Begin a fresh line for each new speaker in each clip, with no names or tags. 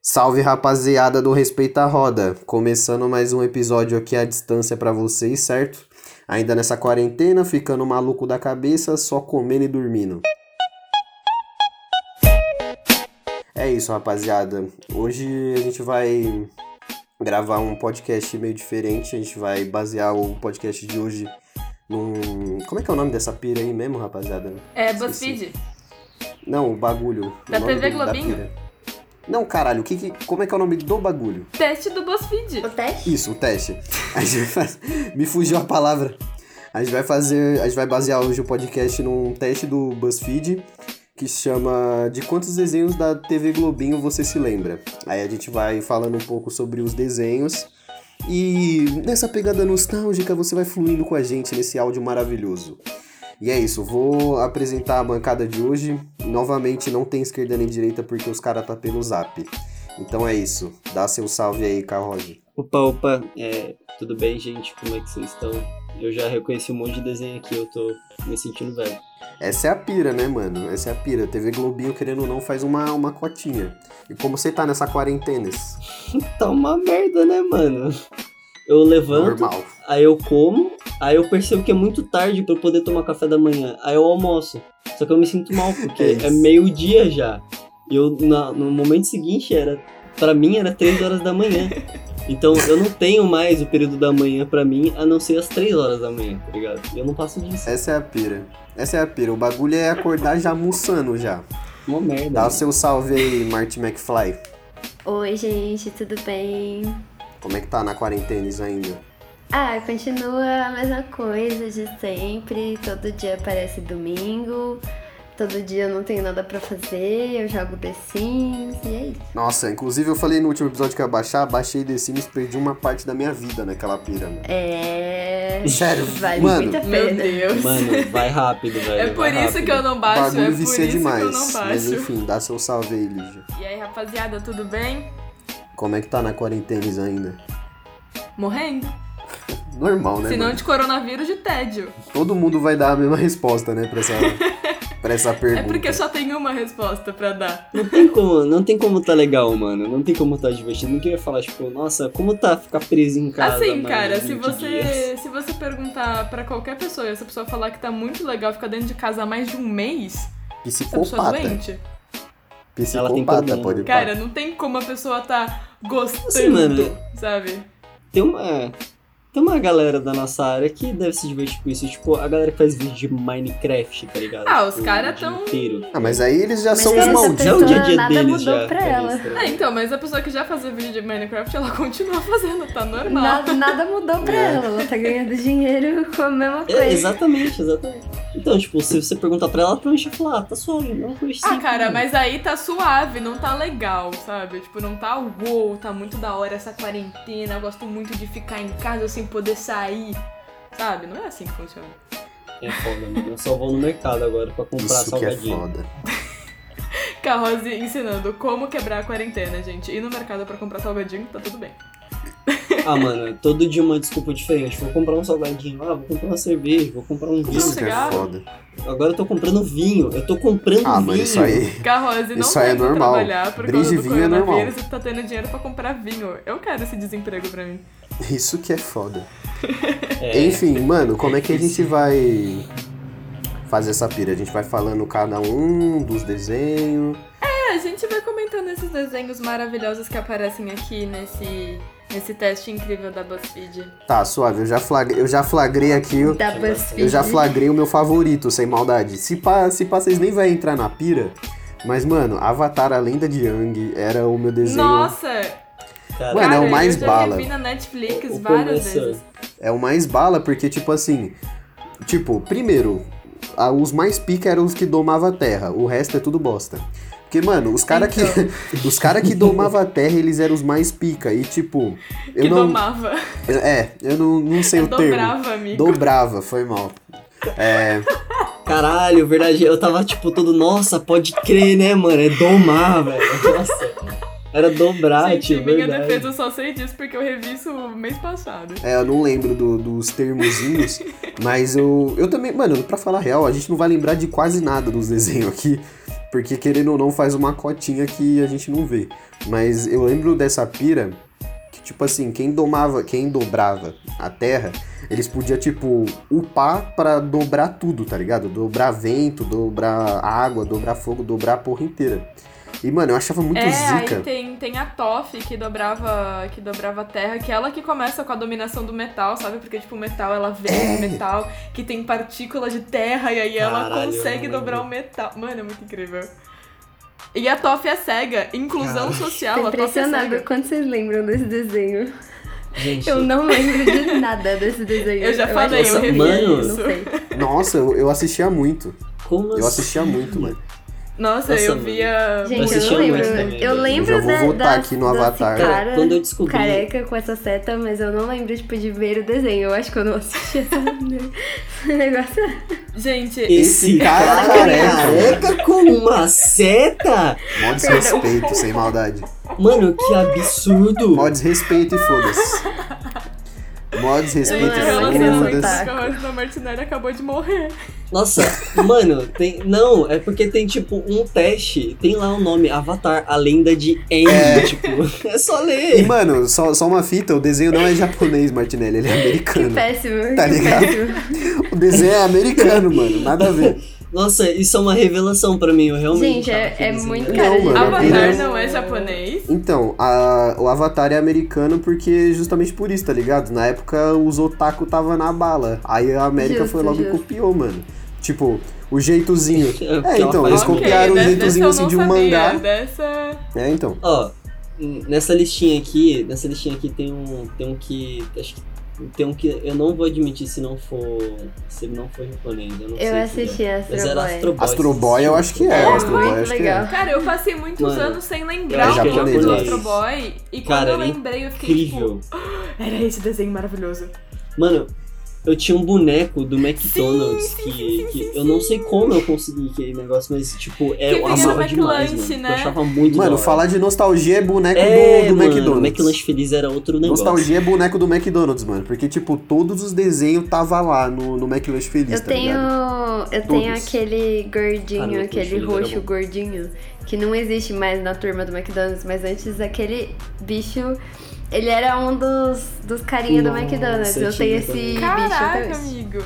Salve rapaziada do Respeita a Roda, começando mais um episódio aqui à distância pra vocês, certo? Ainda nessa quarentena, ficando maluco da cabeça, só comendo e dormindo. É isso, rapaziada. Hoje a gente vai gravar um podcast meio diferente, a gente vai basear o podcast de hoje num, como é que é o nome dessa pira aí mesmo, rapaziada?
É
Esqueci.
BuzzFeed.
Não, o bagulho.
Da
o nome
TV
do-
Globinho?
pira. Não, caralho, o que que- como é que é o nome do bagulho?
Teste do BuzzFeed.
O teste?
Isso, o teste. A gente vai faz- Me fugiu a palavra. A gente vai fazer. A gente vai basear hoje o podcast num teste do BuzzFeed que se chama De quantos desenhos da TV Globinho você se lembra? Aí a gente vai falando um pouco sobre os desenhos. E nessa pegada nostálgica você vai fluindo com a gente nesse áudio maravilhoso. E é isso, vou apresentar a bancada de hoje. Novamente não tem esquerda nem direita porque os caras tá pelo zap. Então é isso. Dá seu salve aí, Carroge.
Opa, opa, é, tudo bem, gente? Como é que vocês estão? Eu já reconheci um monte de desenho aqui, eu tô me sentindo velho.
Essa é a pira, né, mano? Essa é a pira. TV Globinho, querendo ou não, faz uma, uma cotinha. E como você tá nessa quarentena?
Tá uma merda, né, mano? Eu levanto,
Normal.
aí eu como, aí eu percebo que é muito tarde pra eu poder tomar café da manhã, aí eu almoço. Só que eu me sinto mal, porque
É
é,
isso.
meio-dia já. E eu, na- no momento seguinte, era. Pra mim era 3 horas da manhã. Então eu não tenho mais o período da manhã pra mim, a não ser as 3 horas da manhã, tá ligado? E Eu não passo disso.
Essa é a pira. Essa é a pira. O bagulho é acordar já almoçando já.
Uma merda. né?
Dá
mano.
o seu salve aí, Marty McFly.
Oi, gente, tudo bem?
Como é que tá na quarentena ainda?
Ah, continua a mesma coisa de sempre. Todo dia parece domingo. Todo dia eu não tenho nada pra fazer. Eu jogo The Sims e é isso.
Nossa, inclusive eu falei no último episódio que ia baixar, baixei The Sims, perdi uma parte da minha vida naquela pira, mano.
É.
Sério,
Vale
mano.
muito a
Meu
pena.
Deus.
Mano, vai rápido, velho.
é por
vai
isso
rápido.
que eu não
O
baixo, é
bagulho
por isso
vicia
que
demais.
eu não
Mas
baixo.
enfim, dá seu salve aí, Lígia.
E aí, rapaziada, tudo bem?
Como é que tá na quarentena ainda?
Morrendo?
Normal, né?
Se
mano?
não de coronavírus, de tédio.
Todo mundo vai dar a mesma resposta, né, pra essa, pra essa
É
pergunta.
porque só tem uma resposta pra dar.
Não tem como, não tem como tá legal, mano. Não tem como tá divertido. Não queria falar, tipo, nossa, como tá ficar preso em casa.
assim,
mano,
cara, se
20
você,
dias?
se você perguntar pra qualquer pessoa e essa pessoa falar que tá muito legal ficar dentro de casa há mais de um mês, essa pessoa é
Psicopata.
doente.
Ela tem
Psicopata,
problema.
pode
Cara, não tem como a pessoa tá gostando,
Assim, mano.
sabe?
Tem uma. é, Tem uma galera da nossa área que deve se divertir com isso. Tipo, a galera que faz vídeo de Minecraft, tá ligado?
Ah, os
Tipo,
cara
o dia
tão-
inteiro.
Ah, mas aí eles já
Mas
são os
essa
malditos.
Já é o dia a dia
Nada
deles
mudou
já.
pra
tá
ela.
ligado?
É, então, mas a pessoa que já fazia vídeo de Minecraft, ela continua fazendo, tá normal.
Nada, nada mudou pra
É.
ela. Ela tá ganhando dinheiro com a mesma
É,
coisa.
exatamente, exatamente. Então, tipo, se você perguntar pra ela, ela provavelmente vai falar, ah, tá suave, não conheci.
Ah, cara, mas aí tá suave, não tá legal, sabe? Tipo, não tá wow, tá muito da hora essa quarentena, eu gosto muito de ficar em casa sem poder sair, sabe? Não é assim que funciona.
É foda, mano. Eu só vou no mercado agora pra comprar
Isso que é
salgadinho.
foda.
Carrose ensinando como quebrar a quarentena, gente. Ir no mercado pra comprar salgadinho, tá tudo bem.
Ah, mano, todo dia uma desculpa diferente. Vou comprar um salgadinho, ah, vou comprar uma cerveja, vou comprar um
Isso
vinho.
que é
cigarro?
foda.
Agora eu tô comprando vinho, eu tô comprando
Ah,
vinho.
mano, isso aí.
Carrose não
Isso
tá
aí é
indo
normal.
trabalhar por
Brinde
causa do
vinho é normal.
coronavírus e tá tendo dinheiro pra comprar vinho. Eu quero esse desemprego pra mim.
Isso que é foda.
É,
Enfim, mano, como é que a gente vai fazer essa pira? A gente vai falando cada um dos desenhos.
É, A gente vai comentando esses desenhos maravilhosos que aparecem aqui nesse, nesse teste incrível da BuzzFeed.
Tá, suave, eu já flagrei, eu já flagrei aqui. Eu,
Da
Eu
BuzzFeed.
eu já flagrei o meu favorito, sem maldade. Se pá, se pá, vocês nem vai entrar na pira. Mas, mano, Avatar, a lenda de Yang era o meu desenho.
Nossa!
cara,
Mano, é o
cara,
mais
eu já
bala.
vi na Netflix
o
várias
começo-
vezes.
É o mais bala, porque, tipo assim. Tipo, primeiro, a- os mais pica eram os que domava a terra. O resto é tudo bosta. Porque, mano, os caras
Então.
que. os cara que domava a terra, eles eram os mais pica. E, tipo. Eu
que
não.
domava.
É, eu não, não sei o termo.
Dobrava, amigo.
Dobrava, foi mal. É.
Caralho, verdade, eu tava tipo todo, nossa, pode crer, né, mano? É domar, velho. Nossa. Era dobrar,
Gente,
tio,
minha
verdade.
defesa eu só sei disso porque eu revi isso mês passado.
É, eu não lembro do- dos termozinhos, mas eu, eu também, mano, pra falar a real, a gente não vai lembrar de quase nada dos desenhos aqui. Porque querendo ou não, faz uma cotinha que a gente não vê. Mas eu lembro dessa pira que, tipo assim, quem domava, quem dobrava a terra, eles podiam, tipo, upar pra dobrar tudo, tá ligado? Dobrar vento, dobrar água, dobrar fogo, dobrar a porra inteira. E, mano, eu achava muito
é,
zica.
aí tem, tem a Toff que dobrava, que dobrava a terra, que é ela que começa com a dominação do metal, sabe? Porque, tipo, o metal, ela vê
É.
o metal, que tem partículas de terra, e aí ela
Caralho,
consegue
eu não
dobrar o
lembro.
metal. Mano, é muito incrível. E a Toff é cega, inclusão
Caralho.
social,
Tô
a Toff é
impressionada
cega.
o quanto vocês lembram desse desenho.
Gente,
Eu não lembro de nada desse desenho.
Eu já
acho
falei,
que
eu revi
não
isso.
sei.
Nossa, eu, eu assistia muito.
como
Eu
assim?
assistia muito, mano.
Nossa,
Nossa,
eu
mano.
via.
Gente, eu
assisti
não lembro.
muito também.
Eu lembro
Eu já vou
da,
votar
da-
aqui no
desse
Avatar.
Cara,
Quando eu descobri-
Careca com essa seta, mas eu não lembro, tipo, de ver o desenho. Eu acho que eu não assisti essa- esse negócio. é
Gente,
assim? Esse cara careca com uma seta?
Mó desrespeito, sem maldade.
Mano, que absurdo.
Mó desrespeito e foda-se. Mó desrespeito
gente,
Não, eu
e
não queria
foda-se.
voltar.
relacionamento com a Rosana Martinelli acabou de morrer.
Nossa, mano, tem. Não, é porque tem tipo um teste. Tem lá o nome Avatar, a lenda de Aang. Tipo, é só
E,
ler.
mano, só, só uma fita, o desenho não é japonês, Martinelli, ele é
Que
americano.
péssimo.
Tá
que
ligado?
péssimo.
O desenho é americano, mano, nada a ver.
Nossa, isso é uma revelação pra mim. Eu realmente.
Gente, é,
tava
é
feliz,
muito
né?
Não,
cara de
mano, eu
Avatar
queria-
não é japonês.
Então, a- o Avatar é americano porque justamente por isso, tá ligado? Na época os otaku tava na bala. Aí a América
Justo,
foi logo e
justo.
copiou, mano. Tipo, o jeitozinho.
porque
É, então,
ela
eles
faz-
Ok,
copiaram um
dessa-
jeitozinho
dessa eu
assim de um
não sabia,
mangá.
Dessa.
É, então.
Ó, n- nessa listinha aqui, nessa listinha aqui tem um, tem um que acho que tem um que eu não vou admitir se não for, se não for japonês, eu não sei.
Eu
se é.
assisti a Astro
Mas era Astro
Boy.
Boy.
Astro Boy eu acho que é.
É,
Astro Boy eu
muito
acho que
legal.
é.
Cara, eu passei muitos
Mano,
anos sem
eu
lembrar
acho
o
que é
nome do
japonês.
Astro Boy. E
Cara,
quando eu
é
lembrei, eu fiquei tipo,
Incrível.
era esse desenho maravilhoso.
Mano, eu tinha um boneco do McDonald's
sim,
que,
sim,
que
sim,
eu não sei como eu consegui aquele negócio, mas tipo, é
Que
eu
vinha
amava
no
demais,
McLanche,
mano.
né?
Eu achava muito da
Mano,
hora.
falar de nostalgia é boneco
é,
do, do
mano,
McDonald's.
McLanche feliz era outro negócio.
Nostalgia é boneco do McDonald's, mano. Porque, tipo, todos os desenhos tava lá no, no McLanche Feliz,
Eu
tá
tenho,
ligado?
eu tenho
Todos.
aquele gordinho,
Ah, não, aquele
aquele
era
é
roxo
bom.
gordinho, que não existe mais na turma do McDonald's, mas antes aquele bicho, ele era um dos, dos carinha do
Nossa,
McDonald's.
eu
Eu tenho
tive
esse
também.
bicho
Caraca,
até hoje.
amigo.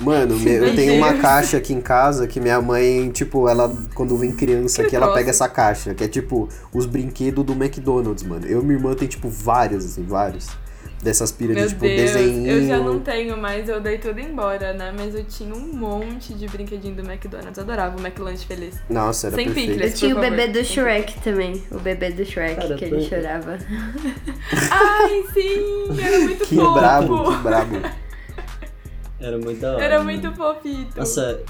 Mano, me-
Meu
eu tenho uma
Deus.
caixa aqui em casa que minha mãe, tipo, ela, quando vem criança aqui, ela
Nossa.
pega essa caixa, que é tipo os brinquedos do McDonald's, mano. Eu e minha irmã tem, tipo, vários, assim, vários. Dessas piras
Meu
de, tipo,
Deus,
desenho.
eu já não tenho mais, eu dei tudo embora, né? Mas eu tinha um monte de brinquedinho do McDonald's. Adorava o McLanche feliz.
Nossa, era
Sem
perfeito.
picles.
Eu tinha o
Por favor.
bebê do Shrek também, o bebê do Shrek,
Cara,
que
tô-
ele chorava.
Ai, sim! Era muito
Que
fofo!
brabo, que brabo.
Era muito da hora.
Era
mano.
muito fofito.
Nossa,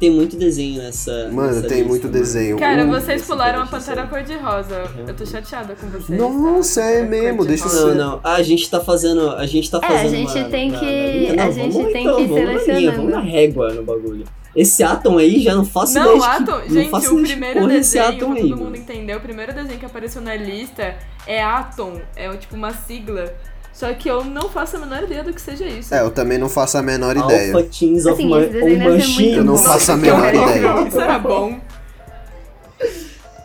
tem muito desenho nessa.
Mano,
nessa
tem
lista,
muito
mano.
desenho.
Cara,
Um-
vocês pularam a
Essa
Pantera Cor-de-Rosa. Eu tô chateada com vocês. tá?
Nossa, é
Pantera
mesmo,
Cor-de-Rosa.
deixa eu
Não, não. Ah, a gente tá fazendo. A gente tá
É, a
fazendo.
gente
uma-
tem
na-
que-
na linha.
a
Não,
gente
vamos
tem
então,
que né? ir
vamos na linha,
selecionando.
Vamos na régua no bagulho. Esse Atom aí já não faço
Não,
ideia.
o
de que-
Atom,
não
gente,
faço
o
ideia de que
primeiro
porra é esse
desenho, pra
Atom
todo
aí.
mundo
mano.
entender, o primeiro desenho que apareceu na lista é Atom, é tipo uma sigla. Só que eu não faço a menor ideia do que seja isso.
É, eu também não faço a menor ideia.
Alpha Teens of
Assim,
Ma-
esse desenho
on
deve ser
Machine.
muito
Eu não
Nossa,
faço a
que
menor
horrível,
ideia.
Isso era bom.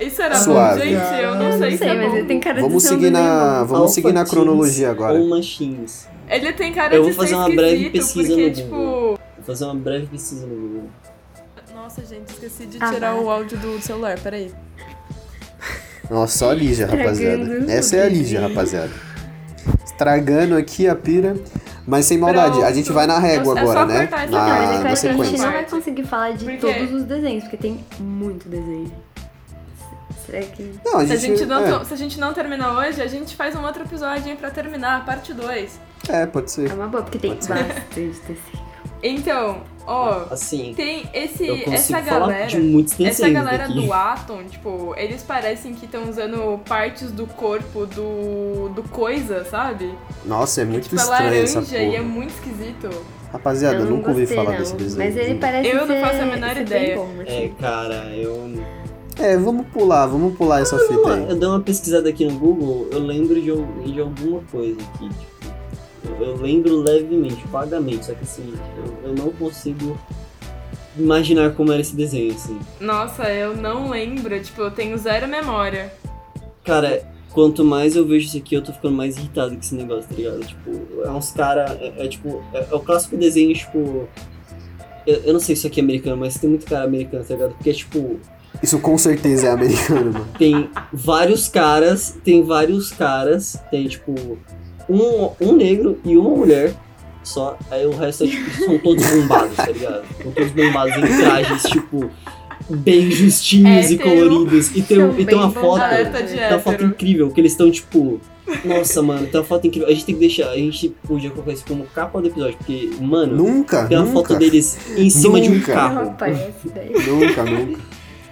Isso era
Suave.
bom, gente, eu não sei se é
mas
bom.
ele tem cara
Vamos
de ser um
seguir na,
desenho bom.
vamos seguir na
Alpha
cronologia
Teens
agora.
On Machines.
Ele tem cara
Eu
de
vou fazer
ser
uma breve
esquisito,
pesquisa
porque,
no
tipo...
Vou fazer uma breve pesquisa no Google.
Nossa, gente, esqueci de
Ah,
tirar
vai.
o áudio do celular, peraí.
Nossa, só a Lígia, rapaziada.
Estragando
Essa é a Lígia, rapaziada. Estragando aqui a pira. Mas sem maldade, a gente
Pronto.
vai na régua
É só
agora, né?
cortar essa
Na,
Não,
parte,
mas é
na
claro que a gente
sequência.
não vai conseguir falar de
Por quê?
todos os desenhos, porque tem muito desenho. Será que.
Não, a
Se a, gente não,
é,
se a gente não terminar hoje, a gente faz um outro episódio hein, pra terminar, parte 2.
é, pode ser.
É uma boa, porque tem
Pode ser.
bastante desenho.
Então, ó,
Assim,
tem
eu
esse,
consigo
essa
falar
galera.
de muitos desenhos
Essa galera
daqui.
do Atom, tipo, eles parecem que estão usando partes do corpo do, do coisa, sabe?
Nossa, é muito
tipo, é
estranho essa
laranja
porra.
e é muito esquisito.
Rapaziada, eu nunca ouvi
gostei,
falar
não.
desse desenho.
Mas ele parece
Eu não
ser-
faço a menor
ser bem
ideia.
bom, assim.
É, cara, eu
É, vamos pular, vamos pular essa
Não,
fita aí.
Eu dei uma pesquisada aqui no Google, eu lembro de, al- de alguma coisa aqui. Tipo, eu- eu lembro levemente, vagamente, só que assim, eu, eu não consigo imaginar como era esse desenho, assim.
Nossa, eu não lembro. Tipo, eu tenho zero memória.
Cara, quanto mais eu vejo isso aqui, eu tô ficando mais irritado com esse negócio, tá ligado? Tipo, é uns cara. É, é tipo. É, é o clássico desenho, tipo. Eu, eu não sei se isso aqui é americano, mas tem muito cara americano, tá ligado? Porque é tipo.
Isso com certeza é americano, mano.
tem vários caras, tem vários caras, tem tipo um, um negro e uma mulher só, aí o resto é, tipo, são todos bombados, tá ligado? São todos bombados em trajes, tipo, bem justinhos e
Hétero.
coloridos. E tem, um,
São
e
bem
tem uma Então, foto, é
bombados.
Alerta de
tem uma foto
hétero.
incrível, que eles estão tipo. Nossa, mano, tem uma foto incrível. A gente tem que deixar, a gente podia colocar isso como capa do episódio, porque, mano,
Nunca,
tem uma
nunca.
foto deles em cima de um
Nunca.
carro.
Não aparece
né?
daí.
Nunca, nunca.
Eles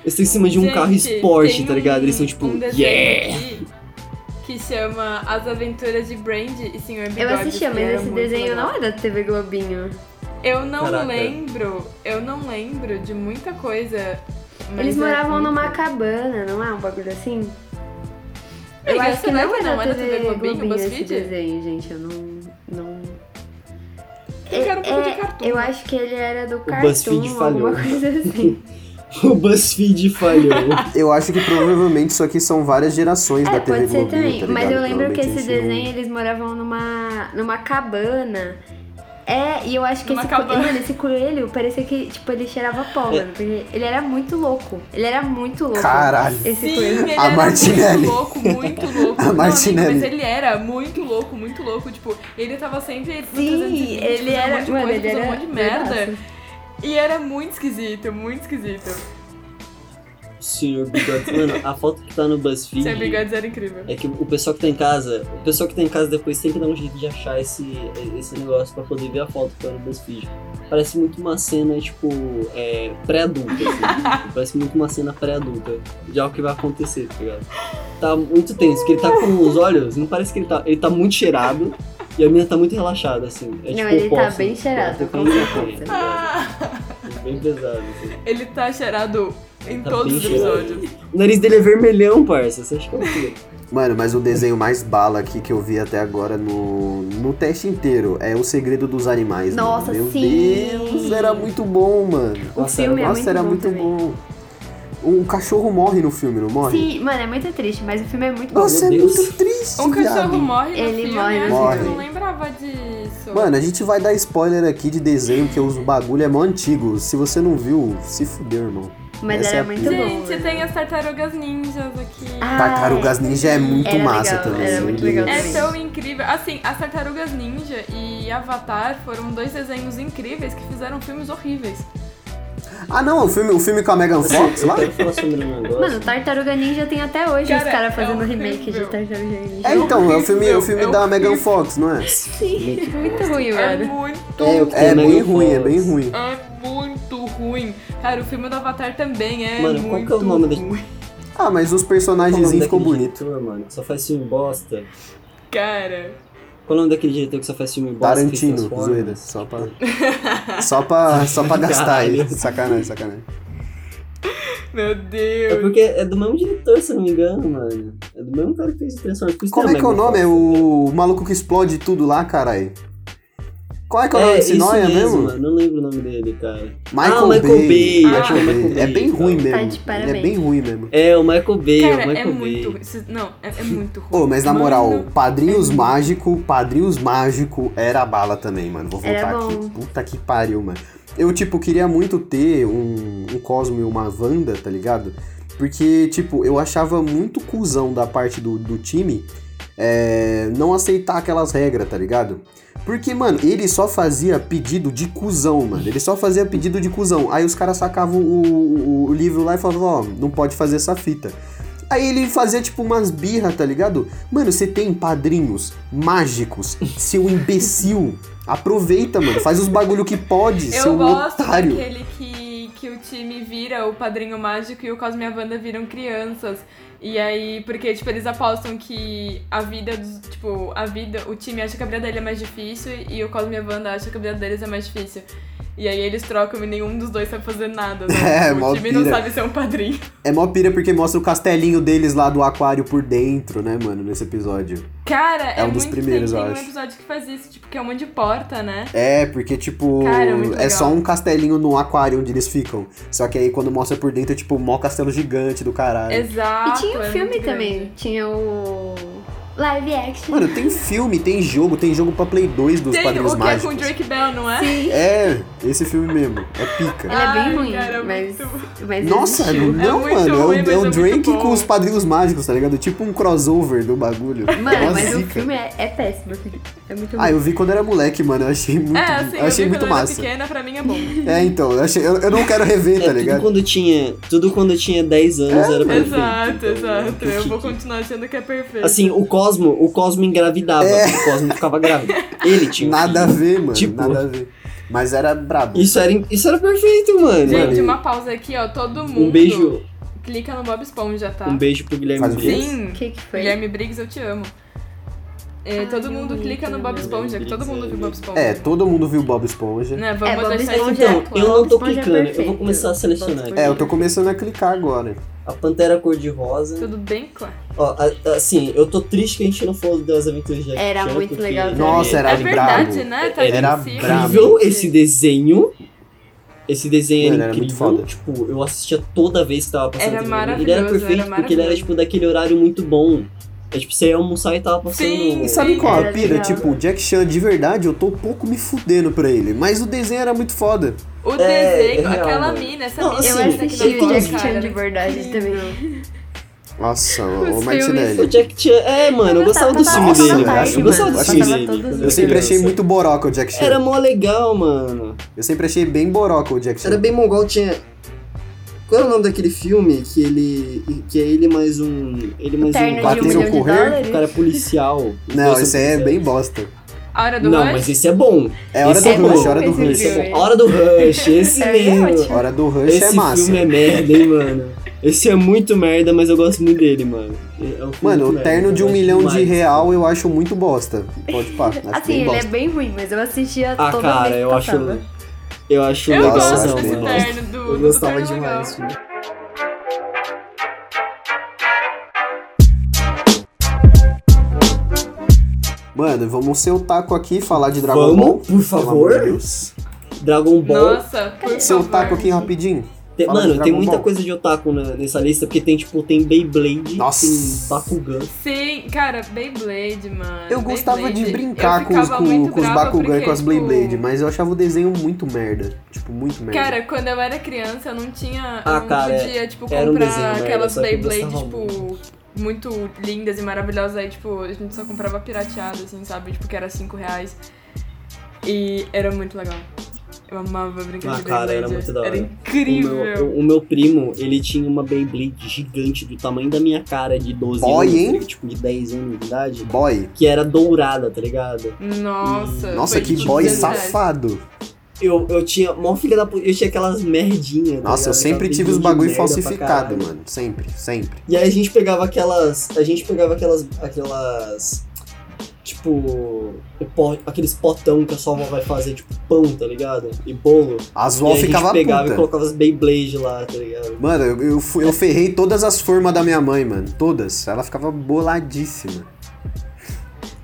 estão em cima de um
Gente,
carro esporte,
tem
tá ligado? Eles são tipo,
um desenho
yeah!
aqui Que chama As Aventuras de Brandy e Sr. Bigode.
Eu assistia,
que
mas
era
esse
muito
desenho
legal.
não é da TV Globinho.
Eu não
Caraca.
lembro, eu não lembro de muita coisa. mas
Eles
é
moravam
muito-
numa cabana, não é um bagulho assim? Eu
Amiga,
acho que
será
não
que
é da
não é da
TV, Globinho, esse
BuzzFeed?
desenho, gente. Eu não... não...
Eu quero um pouco de
É,
cartoon.
Eu acho que ele era do
BuzzFeed
Cartoon,
falhou.
alguma coisa assim.
O BuzzFeed falhou.
Eu acho que provavelmente isso aqui são várias gerações
É,
da TV
pode ser
Globinho,
também.
tá
mas
ligado?
eu lembro que
Provavelmente
esse
a gente
desenho é eles moravam numa, numa cabana. É, e eu acho que
Numa
esse, co-
cabana. É.
mano, esse coelho parecia que, tipo, ele cheirava pó, mano. Porque ele era muito louco. Ele era muito louco.
Caralho.
Esse
Sim,
coelho.
ele
A
era
Martinelli.
muito louco, muito louco.
A
Não, amigo,
Martinelli.
mas ele era muito louco, muito louco. Tipo, ele tava sempre.
Sim,
fazendo
ele era.
Um monte de
mano,
coisa,
ele
fazendo
era.
um monte de merda.
doidaço.
E era muito esquisito, muito esquisito.
Senhor Bigodes. Mano, a foto que tá no BuzzFeed
Sr. Bigodes era incrível.
é que o pessoal que tá em casa, o pessoal que tá em casa depois tem que dar um jeito de achar esse, esse negócio pra poder ver a foto que tá no BuzzFeed. Parece muito uma cena, tipo, é, pré-adulta. assim. Parece muito uma cena pré-adulta de algo que vai acontecer, tá ligado? Tá muito tenso, porque ele tá com os olhos, não parece que ele tá. Ele tá muito cheirado e a mina tá muito relaxada, assim. É
Não,
tipo
ele
um
tá
fóssil,
bem
tá?
cheirado,
Tá
com certeza.
ligado?
Ah,
Bem pesado, assim.
ele tá cheirado em
Tá
todos
bem
os
cheirado.
episódios.
O nariz dele é vermelhão, parça. Você acha que é o quê?
Mano, mas o desenho mais bala aqui que eu vi até agora no, no teste inteiro é O Segredo dos Animais. mano.
Nossa,
Meu
sim.
Deus, era muito bom, mano.
O filme é
Nossa,
muito
era
bom
muito
também.
bom. Um cachorro morre no filme, não morre?
Sim, mano, é muito triste, mas o filme é muito bom.
Nossa, é
Meu Deus.
muito triste,
Um
viado.
cachorro morre no
Ele
filme,
morre no
eu
Morre.
não lembrava disso.
Mano, a gente vai dar spoiler aqui de desenho, que os bagulho é mó antigo. Se você não viu, se fudeu, irmão.
Mas
essa é a
era muito
pira.
bom. né?
Gente,
mano.
tem as tartarugas ninjas aqui.
Ah,
Tartarugas Ninja é muito
Era
massa
legal,
também. então-
era
meu
muito
Deus.
legal
É
também.
tão incrível. Assim, as tartarugas ninja e Avatar foram dois desenhos incríveis que fizeram filmes horríveis.
Ah, não, o filme, o filme com a Megan Fox
Eu
lá?
quero falar sobre um negócio.
Mano, Tartaruga Ninja tem até hoje
Cara,
os caras
é
fazendo
horrível.
remake de Tartaruga Ninja.
É, então, é o filme, é o
É
filme
o
da
filme.
Megan Fox, não é?
Sim, muito ruim,
É
mano.
muito,
É, é
Megan
bem ruim, é
Fox.
bem ruim.
é muito ruim. Cara, o filme do Avatar também é
Mano, qual
muito
que é o nome desse-
ruim.
Ah, mas os
Qual o nome
personagens ficou
daquele
bonito.
diretor, mano, é que só faz filme bosta.
Cara,
Qual o nome daquele diretor que só faz filme bosta? que se
Tarantino,
transforma?
zoeira, só pra. Só pra, só pra gastar aí. Sacanagem, sacanagem.
meu
É
Deus.
porque é do mesmo diretor, se eu não me engano, mano. É do mesmo cara que fez o Transformers. Por isso
Como é
tem a
que é o
Megan
nome?
Fox.
É o maluco que explode tudo lá, carai. Qual é que é o nome
É,
desse
isso
nóia mesmo?
Mano. Não lembro o nome dele, cara.
Michael,
Ah, o Michael Bay,
Michael
acho que é
Bay.
Michael
É
Bay,
bem
então.
ruim
Tá
mesmo.
de
Ele é
parabem.
bem ruim mesmo.
É, o Michael Bay, o
Cara, é
Michael Bay.
muito ruim. Isso- Não, é, é muito ruim.
Ô, mas na
Mano,
moral, Padrinhos Mágico, Padrinhos Mágico era bala também, mano. Vou voltar
Era
aqui.
bom.
Puta que pariu, mano. Eu, tipo, queria muito ter um, um Cosmo e uma Wanda, tá ligado? Porque, tipo, eu achava muito cuzão da parte do, do time é, não aceitar aquelas regras, tá ligado? Porque, mano, ele só fazia pedido de cuzão, mano. Ele só fazia pedido de cuzão. Aí os caras sacavam o, o- o livro lá e falavam, ó, não pode fazer essa fita. Aí ele fazia, tipo, umas birra, tá ligado? Mano, você tem padrinhos mágicos, seu imbecil. Aproveita, mano. Faz os bagulho que pode,
Eu
seu
gosto
é um otário.
daquele que, que o time vira o Padrinho Mágico e o Cosme e a Wanda viram crianças. E aí, porque, tipo, eles apostam que a vida dos, tipo, a vida, o time acha que a vida dele é mais difícil e o Cosme e a Wanda acha que a vida deles é mais difícil. E aí eles trocam e nenhum dos dois sabe fazer nada. Né?
É,
o
mó
time não
pira.
sabe ser um padrinho.
É mó pira porque mostra o castelinho deles lá do aquário por dentro, né, mano, nesse episódio.
Cara, é,
um dos
muito
primeiros,
tem,
eu
tem
acho.
um episódio que faz isso, tipo, que é um monte de porta, né?
É, porque, tipo,
Cara, é muito
é
legal.
só um castelinho num aquário onde eles ficam. Só que aí quando mostra por dentro é tipo mó castelo gigante do caralho.
Exato.
E tinha o
é
filme
muito
também.
grande.
Tinha o live action.
Mano, tem filme, tem jogo, tem jogo pra Play 2 dos
Tem
Padrinhos
o que é com
Mágicos.
o Drake Bell, não é?
Sim.
É, esse filme mesmo. É pica.
Ele é bem
Ai,
ruim,
cara, é
mas,
muito-
mas
Nossa,
existiu.
É
não,
muito
mano. é o-
ruim,
é o,
mas é muito
Drake
bom.
com os Padrinhos Mágicos, tá ligado? Tipo um crossover do bagulho.
Mano,
Uma
mas o
zica.
filme é, é péssimo. É muito
Ah, eu vi quando era moleque, mano. Eu achei muito,
É, assim,
eu achei
vi
muito
quando eu era
massa.
pequena, pra mim é bom.
É, então, eu, achei- eu- eu não quero rever, tá
É, tudo
ligado? É?
quando tinha, tudo quando eu tinha 10 anos era perfeito.
Exato,
então,
exato.
né?
Eu vou continuar achando que é perfeito.
Assim, o Cosmo, o Cosmo engravidava, o Cosmo ficava grávido. Ele tinha. um
É. Nada a
filho.
ver, mano.
Tipo-
Nada a ver. Mas era brabo.
Isso era, isso era perfeito, mano.
Gente,
mano.
uma pausa aqui, ó. Todo mundo
um beijo,
clica no Bob Esponja, tá?
um beijo pro Guilherme
Faz um
Briggs.
Sim,
O que, que foi?
Guilherme Briggs, eu te amo. É,
Ai,
todo
eu
mundo
amo
clica no Bob
Guilherme
Esponja, que todo
Briggs,
mundo
é
viu Bob Esponja.
É, todo mundo viu Bob Esponja.
Né, vamos
É, Bob
deixar isso
Esponja.
Então,
bem
eu
claro.
não tô
Esponja é
clicando, eu vou
perfeito.
começar a selecionar.
Bob
É, eu tô começando a clicar agora.
A Pantera Cor-de-Rosa.
Tudo bem claro.
Ó, a- a- assim, eu tô triste que a gente não falou das aventuras de Jack
Era
Chan,
muito
porque-
legal também.
Nossa, era
é verdade,
brabo.
né? Tá
Era
esquecido,
brabo.
incrível esse desenho. Esse desenho
Mano,
era
era muito
incrível.
foda.
Tipo, eu assistia toda vez que tava passando.
Era
TV. Ele
maravilhoso,
era
era
perfeito porque ele era,
maravilhoso.
tipo, daquele horário muito bom. É tipo, você ia almoçar e tava passando.
Sim,
E sabe qual a
Era
pira?
é, legal.
Tipo, o Jack Chan, de verdade, eu tô um pouco me fudendo pra ele. Mas o desenho era muito foda.
O
É,
desenho,
é real,
aquela
mano.
mina, essa
Não,
mina.
assim,
Eu
essa que
assisti
dá
o
pra
Jack
cara,
Chan de
né?
verdade também.
Nossa, o
Os
O
Martinelli.
Jack Chan. É, mano, eu gostava do
Passava
filme
toda
dele.
parte,
cara. Eu gostava do
mano.
filme
Passava
dele.
todos
quando
os
Eu sempre
criança.
achei muito boroca o Jack Chan.
Era mó legal, mano.
Eu sempre achei bem boroca o Jack Chan.
Era bem mongol, tinha. Qual era o nome daquele filme que ele. que é ele mais um. Ele mais um.
Terno de um
Bateram
Bateram
milhão de
correr,
com
dólares.
o cara policial.
Não,
Dois
esse aí é
policiais.
bem bosta.
A hora do
Não,
rush?
mas esse é bom.
É Hora
Esse é
do Rush,
bom.
Hora do
Esse
Rush.
Esse
filme.
é bom. Hora do Rush, esse
É
mesmo.
ótimo.
Hora do Rush é
Esse
massa.
filme é merda, hein, mano. Esse é muito merda, mas eu gosto muito dele, mano. É um filme
Mano,
muito
o terno
merda,
de
eu
um
gosto
milhão de
demais.
real eu acho muito bosta. Pode pá, acho
Assim,
bem
ele é
bosta.
bem ruim, mas eu assistia
Ah,
toda vez
cara,
que
eu acho.
passava.
Eu acho
Eu
Nossa,
legal,
eu
gosto
acho
desse
bem
mano.
bosta.
terno do.
é Eu
do
gostava
terno é legal.
demais. filho.
Mano, vamos ser o taco aqui e falar de Dragon
Vamos,
Ball.
por
pelo
favor.
amor de Deus.
Dragon Ball.
Nossa, por
Ser o
favor.
taco aqui um rapidinho.
Tem-
Fala de
mano, tem
Dragon
muita
Ball.
coisa de otaku na- nessa lista, porque tem, tipo, tem Beyblade,
Nossa.
tem Bakugan.
Sim, cara, Beyblade, mano.
Eu gostava de
Beyblade.
brincar
Eu
com, os-
ficava
com,
muito
com os
brava
Bakugan e
porque,
com as
tipo,
Beyblade, mas eu achava o desenho muito merda. Tipo, muito merda.
Cara, quando eu era criança, eu não tinha.
Ah,
eu não
cara,
podia, tipo,
era um
comprar
desenho, né?
aquelas
Só que eu
Beyblade,
gostava
tipo, muito lindas e maravilhosas. Aí, tipo, a gente só comprava pirateado, assim, sabe? Tipo, que era 5 reais. E era muito legal. Eu amava brincar
Ah,
de
cara,
Beyblade.
era muito da hora.
Era
O meu,
incrível.
o- o meu primo, ele tinha uma Beyblade gigante do tamanho da minha cara de 12
Boy,
anos,
hein?
tipo, de 10 anos de idade,
Boy.
que era dourada, tá ligado?
Nossa.
Nossa,
foi,
que
tipo,
boy
10 reais.
safado.
Eu, eu tinha. Mó filha da puta. Eu tinha aquelas merdinhas. tá
Nossa, eu
ligado?
sempre
Aquelas
tive os
brinquedos de
bagulho
merda pra
falsificado,
caralho.
mano. Sempre, sempre.
E aí a gente pegava aquelas. A gente pegava aquelas. aquelas. Tipo. o po- aqueles potão que a sua avó vai fazer, tipo pão, tá ligado? E bolo.
A
e
Zool
aí a
ficava
gente pegava e
puta.
colocava as Beyblade lá, tá ligado?
Mano, eu, eu, fu- eu ferrei todas as formas da minha mãe, mano. Todas. Ela ficava boladíssima.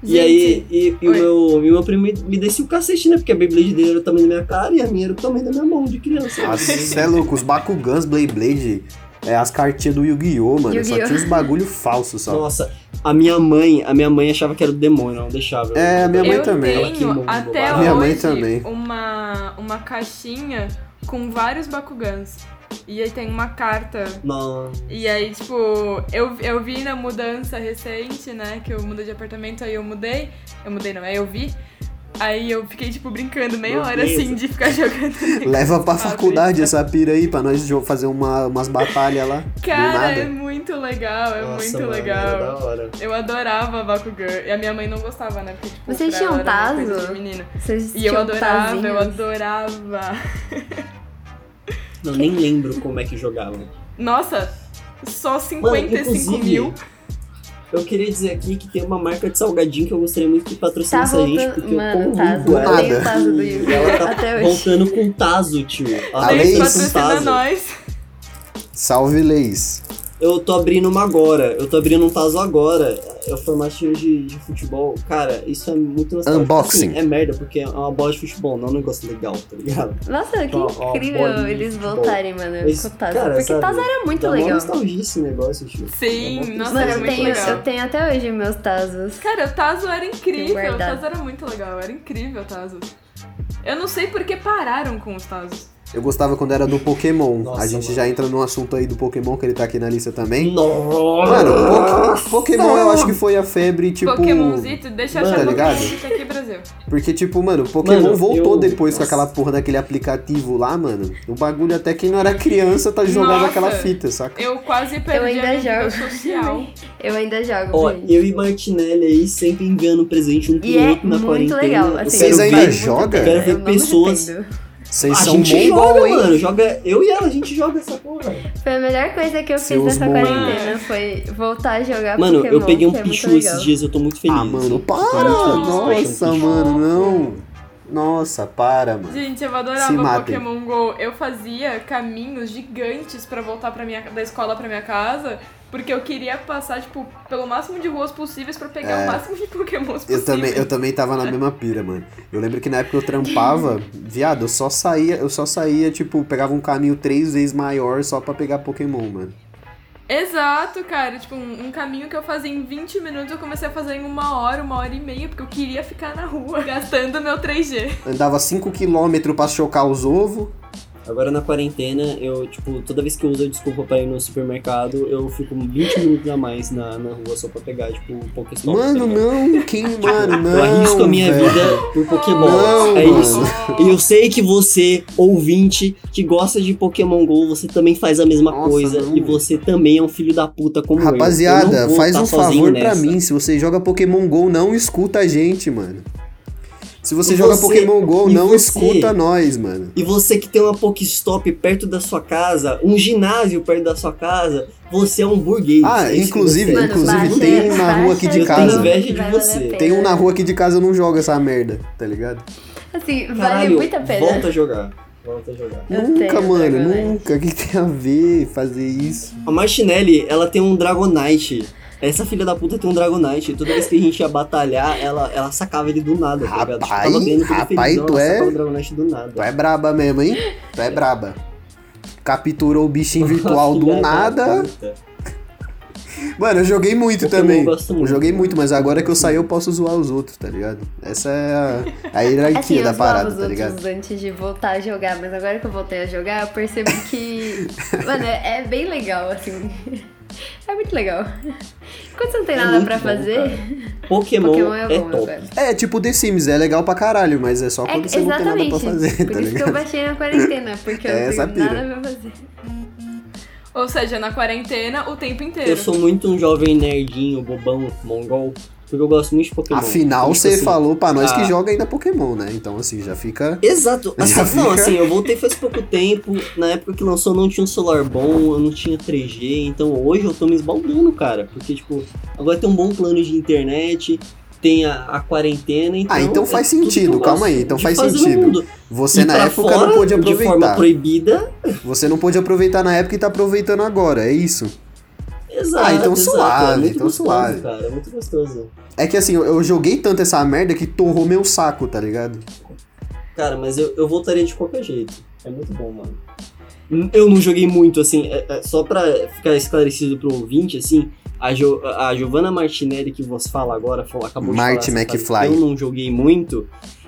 E aí, e, e o
Oi.
meu, e o meu primo me, me descia o cacete, né? Porque a Beyblade dele era o tamanho da minha cara e a minha era o tamanho da minha mão de criança.
Você é louco, os Bakugans, Beyblade, é, as cartinhas do Yu-Gi-Oh, mano. Só
Yu-Gi-Oh.
tinha os bagulho falsos, só.
Nossa, a minha mãe, a minha mãe achava que era o demônio, ela não deixava.
É, a minha mãe
eu
também.
Ela queimou
tenho
o
até
baralho.
Minha mãe
hoje
também.
Uma, uma caixinha com vários Bakugans. E aí tem uma carta.
Não.
E aí, tipo, eu, eu vi na mudança recente, né? Que eu mudei de apartamento, aí eu mudei. Eu mudei, não, aí eu vi. Aí eu fiquei, tipo, brincando meia
Meu
hora,
Deus.
assim, de ficar jogando.
Leva pra
Ah,
faculdade essa pira aí, pra nós jo- fazer uma, umas batalhas lá. do
Cara, é
nada.
muito legal, é
Nossa,
muito
mano, Era da
legal.
hora.
Eu adorava Bakugan. E a minha mãe não gostava, né? Porque, tipo,
Vocês
pra
tinham
ela era uma
tazo?
coisa de menino.
Vocês
E eu
tinham
adorava, eu
tazinhos?
adorava.
Eu nem lembro como é que jogava.
Nossa, só
Mano,
55
inclusive,
mil.
Eu queria dizer aqui que tem uma marca de salgadinho que eu gostaria muito que
Tá
patrocinasse a gente,
voltando.
porque eu
Mano, Tazo.
corrigo
Eu
Nada.
ela.
tenho o Tazo do
E
Igor
ela tá
até hoje.
voltando com o Tazo, tio. A
Além
Leis
disso,
Leis
com
patrocina
Tazo.
nós.
Salve, Leis.
Eu tô abrindo uma agora. Eu tô abrindo um Tazo agora. É o formatinho de, de futebol. Cara, isso é muito nostálgico.
Unboxing.
Assim, é merda, porque é uma bola de futebol, não é um negócio legal, tá ligado?
Nossa, que
Ó, ó,
incrível
bolinha
eles
de futebol.
voltarem, mano,
Mas,
com o Tazo.
cara,
Porque
sabe,
Tazo era muito
Dá mó
legal.
nostalgia esse negócio, tio.
Sim,
Dá mó
nossa,
tristeza.
Mano,
era
eu
muito
tenho,
legal.
eu tenho até hoje meus Tazos.
Cara, o Tazo era incrível. O
guardado.
Tazo era muito legal, era incrível o Tazo. Eu não sei porque pararam com os Tazos.
Eu gostava quando era do Pokémon.
Nossa,
a gente
mano.
já entra num assunto aí do Pokémon, que ele tá aqui na lista também. Mano,
Nossa!
Pok- Pokémon eu acho que foi a febre, tipo.
Pokémonzito, deixa eu
Mano,
achar
tá
ligado?
Pokémonzito aqui, Brasil.
Porque, tipo, mano, Pokémon
Mano,
voltou
eu-
depois com
Nossa.
aquela porra daquele aplicativo lá, mano. O bagulho até quem não era criança tá jogando
Nossa.
aquela fita, saca?
Eu quase perdi
ainda
a minha vida
jogo.
social.
Eu ainda jogo,
Ó,
gente.
eu e Martinelli aí sempre enviando presente um pro
E é
outro na
muito
quarentena.
legal.
Eu
Assim,
Vocês
quero
ainda
ver-
jogam? joga?
Eu
Quero ver
não me
pessoas-
arrependo.
Vocês
A
são
gente
mongol,
joga,
hein?
mano. Joga, eu e ela, a gente joga essa porra.
Foi a melhor coisa que eu fiz
Seus
nessa
bons.
quarentena, foi voltar a jogar
Mano,
Pokémon,
eu peguei um
que é muito
Pichu
legal.
esses dias, eu tô muito feliz.
Ah, mano,
Eu tô
para!
muito feliz com esse
Nossa,
Pichu.
mano, não. Nossa, para, mano.
Gente, eu
Se
adorava
matem.
Pokémon GO. Eu fazia caminhos gigantes pra voltar pra minha, da escola pra minha casa, porque eu queria passar, tipo, pelo máximo de ruas possíveis pra pegar o máximo de Pokémons possível.
É. Eu também, eu também tava na mesma pira, mano. Eu lembro que na época eu trampava, viado, eu só saía, eu só saía, tipo, pegava um caminho três vezes maior só pra pegar Pokémon, mano.
Exato, cara. Tipo, um, um caminho que eu fazia em 20 minutos, eu comecei a fazer em uma hora, uma hora e meia, porque eu queria ficar na rua, gastando meu 3G.
Andava 5km pra chocar os ovos.
Agora na quarentena, eu, tipo, toda vez que eu uso a desculpa pra ir no supermercado, eu fico 20 minutos a mais na, na rua só pra pegar, tipo, um Pokéstop.
Mano,
tá ligado?
não, quem, mano, não.
Eu arrisco a minha
velho.
vida por Pokémon.
Não,
é
mano.
isso. E eu sei que você, ouvinte, que gosta de Pokémon GO, você também faz a mesma
Nossa,
coisa.
não.
E você também é um filho da puta como eu. eu.
Rapaziada,
não vou
faz
tá
um
sozinho
favor
nessa.
pra mim. Se você joga Pokémon GO, não escuta a gente, mano. Se você
E
joga
você-
Pokémon GO,
e
não
você?
escuta nós, mano.
E você que tem uma Pokéstop perto da sua casa, um ginásio perto da sua casa, você é um burguês.
Ah,
É isso que
inclusive,
você é.
Mano,
inclusive
baixa-
tem um na rua aqui de
baixa
casa.
que
Eu
tenho inveja de
vale a
você.
pena.
Tem um na rua aqui de casa, eu não jogo essa merda, tá ligado?
Assim, vale
Caralho,
muito a pena.
Volta a jogar. Volta a jogar.
Eu
nunca,
tenho,
mano,
Dragonite.
nunca. O que tem a ver fazer isso?
A Martinelli, ela tem um Dragonite. Essa filha da puta tem um Dragonite. Toda vez que a gente ia batalhar, ela, ela sacava ele do nada. tá ligado?
Rapaz,
Tipo, tava ganhando todo
rapaz,
felizão,
tu
ela
é-
sacava o Dragonite do nada.
Tu é braba mesmo, hein? Tu é braba. Capturou o bichinho é virtual do
Filha da
nada.
puta.
Mano, eu joguei muito
Pokémon
também.
eu gosto muito.
joguei muito, mas agora que eu saí eu posso zoar os outros, tá ligado? Essa é a, a hierarquia
Assim, eu
da
zoava
parada,
os
tá ligado?
outros antes de voltar a jogar, mas agora que eu voltei a jogar, eu percebi que, mano, é, é bem legal, assim. É muito legal. Quando você não tem
É
nada
muito
pra
bom,
fazer,
cara. Pokémon,
Pokémon é
é,
bom
top.
agora.
É, tipo The Sims, é legal pra caralho, mas é só
É,
quando você não tem nada pra
exatamente.
fazer,
Por
tá
isso que eu
ligado?
baixei na quarentena, porque eu
É essa
não tenho
pira.
nada pra fazer.
Ou seja, na quarentena, o tempo inteiro.
Eu sou muito um jovem nerdinho, bobão, mongol, porque eu gosto muito de Pokémon.
Afinal,
Tipo
você
assim,
falou pra nós que
ah.
joga ainda Pokémon, né? Então, assim, já fica.
Exato. Assim,
Já
não,
fica.
assim, eu voltei faz pouco tempo. Na época que lançou, não tinha um celular bom, eu não tinha 3G. Então hoje eu tô me esbaldando, cara. Porque, tipo, agora tem um bom plano de internet, tem a, a quarentena. Então
Ah, então faz
é tudo que eu
sentido,
gosto
calma aí, então
de
faz
fazer no
sentido.
mundo.
Você
E
na
pra
época
fora,
não pôde
De forma
aproveitar.
proibida.
Você não pôde aproveitar na época e tá aproveitando agora, é isso.
Exato.
Ah, então
exato,
suave,
é muito
então
gostoso,
suave.
Cara, é muito gostoso.
É que assim, eu, eu joguei tanto essa merda que torrou meu saco, tá ligado?
Cara, mas eu, eu voltaria de qualquer jeito. É muito bom, mano. Hum, Eu não joguei muito, assim, é- é só pra ficar esclarecido pro ouvinte, assim, a, jo a Giovanna Martinelli que você fala agora, falou, acabou
Marty
de falar, essa
McFly.
frase, eu não joguei muito,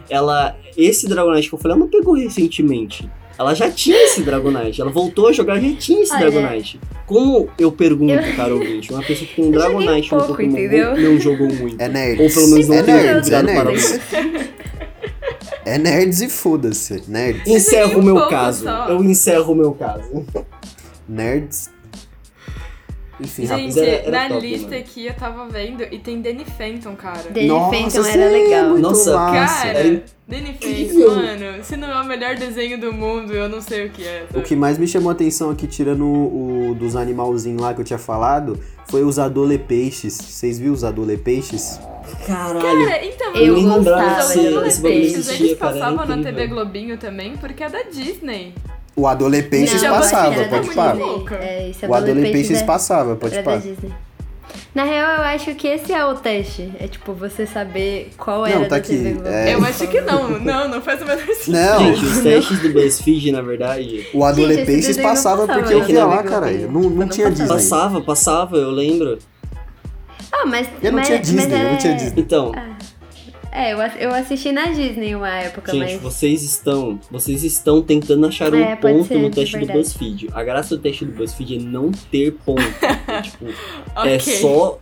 ela, esse Dragonite que eu falei, ela não pegou recentemente. Ela já tinha esse Dragonite, ela voltou a jogar, já tinha esse
Olha.
Dragonite. Como eu pergunto, cara ouvinte, uma pessoa que tem um
Eu joguei
Dragonite
pouco,
no Pokémon
entendeu?
Go não jogou muito.
É nerd.
Ou pelo menos não
é
tem
nerds, é
virado para
nerds.
você.
É nerds e foda-se. Nerds.
Encerro
Seria um
o meu
pouco
caso.
só.
Eu encerro o meu caso.
Nerds. Enfim,
Gente,
rapaz.
Era- era
na
top,
lista
mano.
aqui eu tava vendo e tem Danny Fenton, cara.
Danny
Nossa,
Fenton
sim,
então era legal.
muito
Nossa,
massa.
Cara,
era
Danny
É incrível.
Fenton, mano, se não é o melhor desenho do mundo, eu não sei o que é.
O
sabe?
que mais me chamou a atenção aqui, tirando o, o dos animalzinhos lá que eu tinha falado, foi os adolepeixes. Vocês viram os adolepeixes?
Caralho.
Cara, então,
Eu
os
gostava.
Os
Esse-
Adoles
esse bagulho
Peixes,
existia,
eles
cara, era
passavam na
incrível.
TV Globinho também, porque é da Disney.
O adolepeixes
Não,
passava,
era da
pode
Disney.
parar.
É, esse
O adolepeixes
é-
passava, pode
era da
parar.
Disney. Na real, eu acho que esse é o teste. É tipo, você saber qual
Não,
era
tá
da TV
aqui,
Globo.
é.
Eu acho que não, não, não faz o menor sentido.
Não,
Gente, os testes do BuzzFeed, na verdade,
o adolepeixes
desenho não
passava
passava
porque eu
na
via
TV
lá, caralho.
Globinho.
Não, não
Não
tinha
passava.
Disney.
passava, passava, eu lembro.
Ah, mas,
Eu não
mas,
tinha Disney,
mas
eu não
é-
tinha Disney.
Então,
É, eu, ass- eu assisti na Disney uma época,
gente,
mas.
vocês estão, vocês estão tentando achar um
É, pode
ponto
ser,
no
de
teste do
verdade.
BuzzFeed. A graça do teste do BuzzFeed é não ter ponto. É, tipo,
Ok.
é só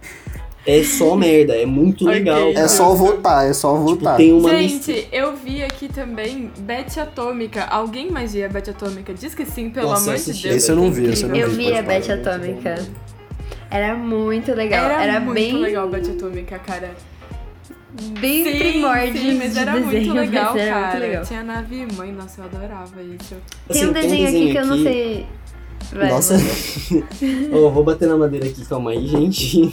é só merda, é muito
Ok.
legal.
É
cara.
só votar, é só
Tipo,
votar.
tem uma lista.
Gente, eu vi aqui também Bete Atômica. Alguém mais via Bete Atômica? Diz que sim, pelo
Nossa, eu
amor de
assisti
Deus.
Esse eu não vi, esse eu não
Eu
vi,
vi
pode
a
parar.
Bete Atômica. Era muito
é um
legal.
Era,
Era,
muito
bem,
legal Bete Atômica, cara.
bem
sim,
primórdio
sim, mas
de
era
desenho,
muito legal,
mas era
cara.
muito legal.
Tinha nave e mãe, nossa, eu adorava isso.
Tipo
Tem um
Assim,
desenho aqui que eu não sei. Vai,
Nossa.
mano.
Ô, vou bater na madeira aqui, calma aí, gente.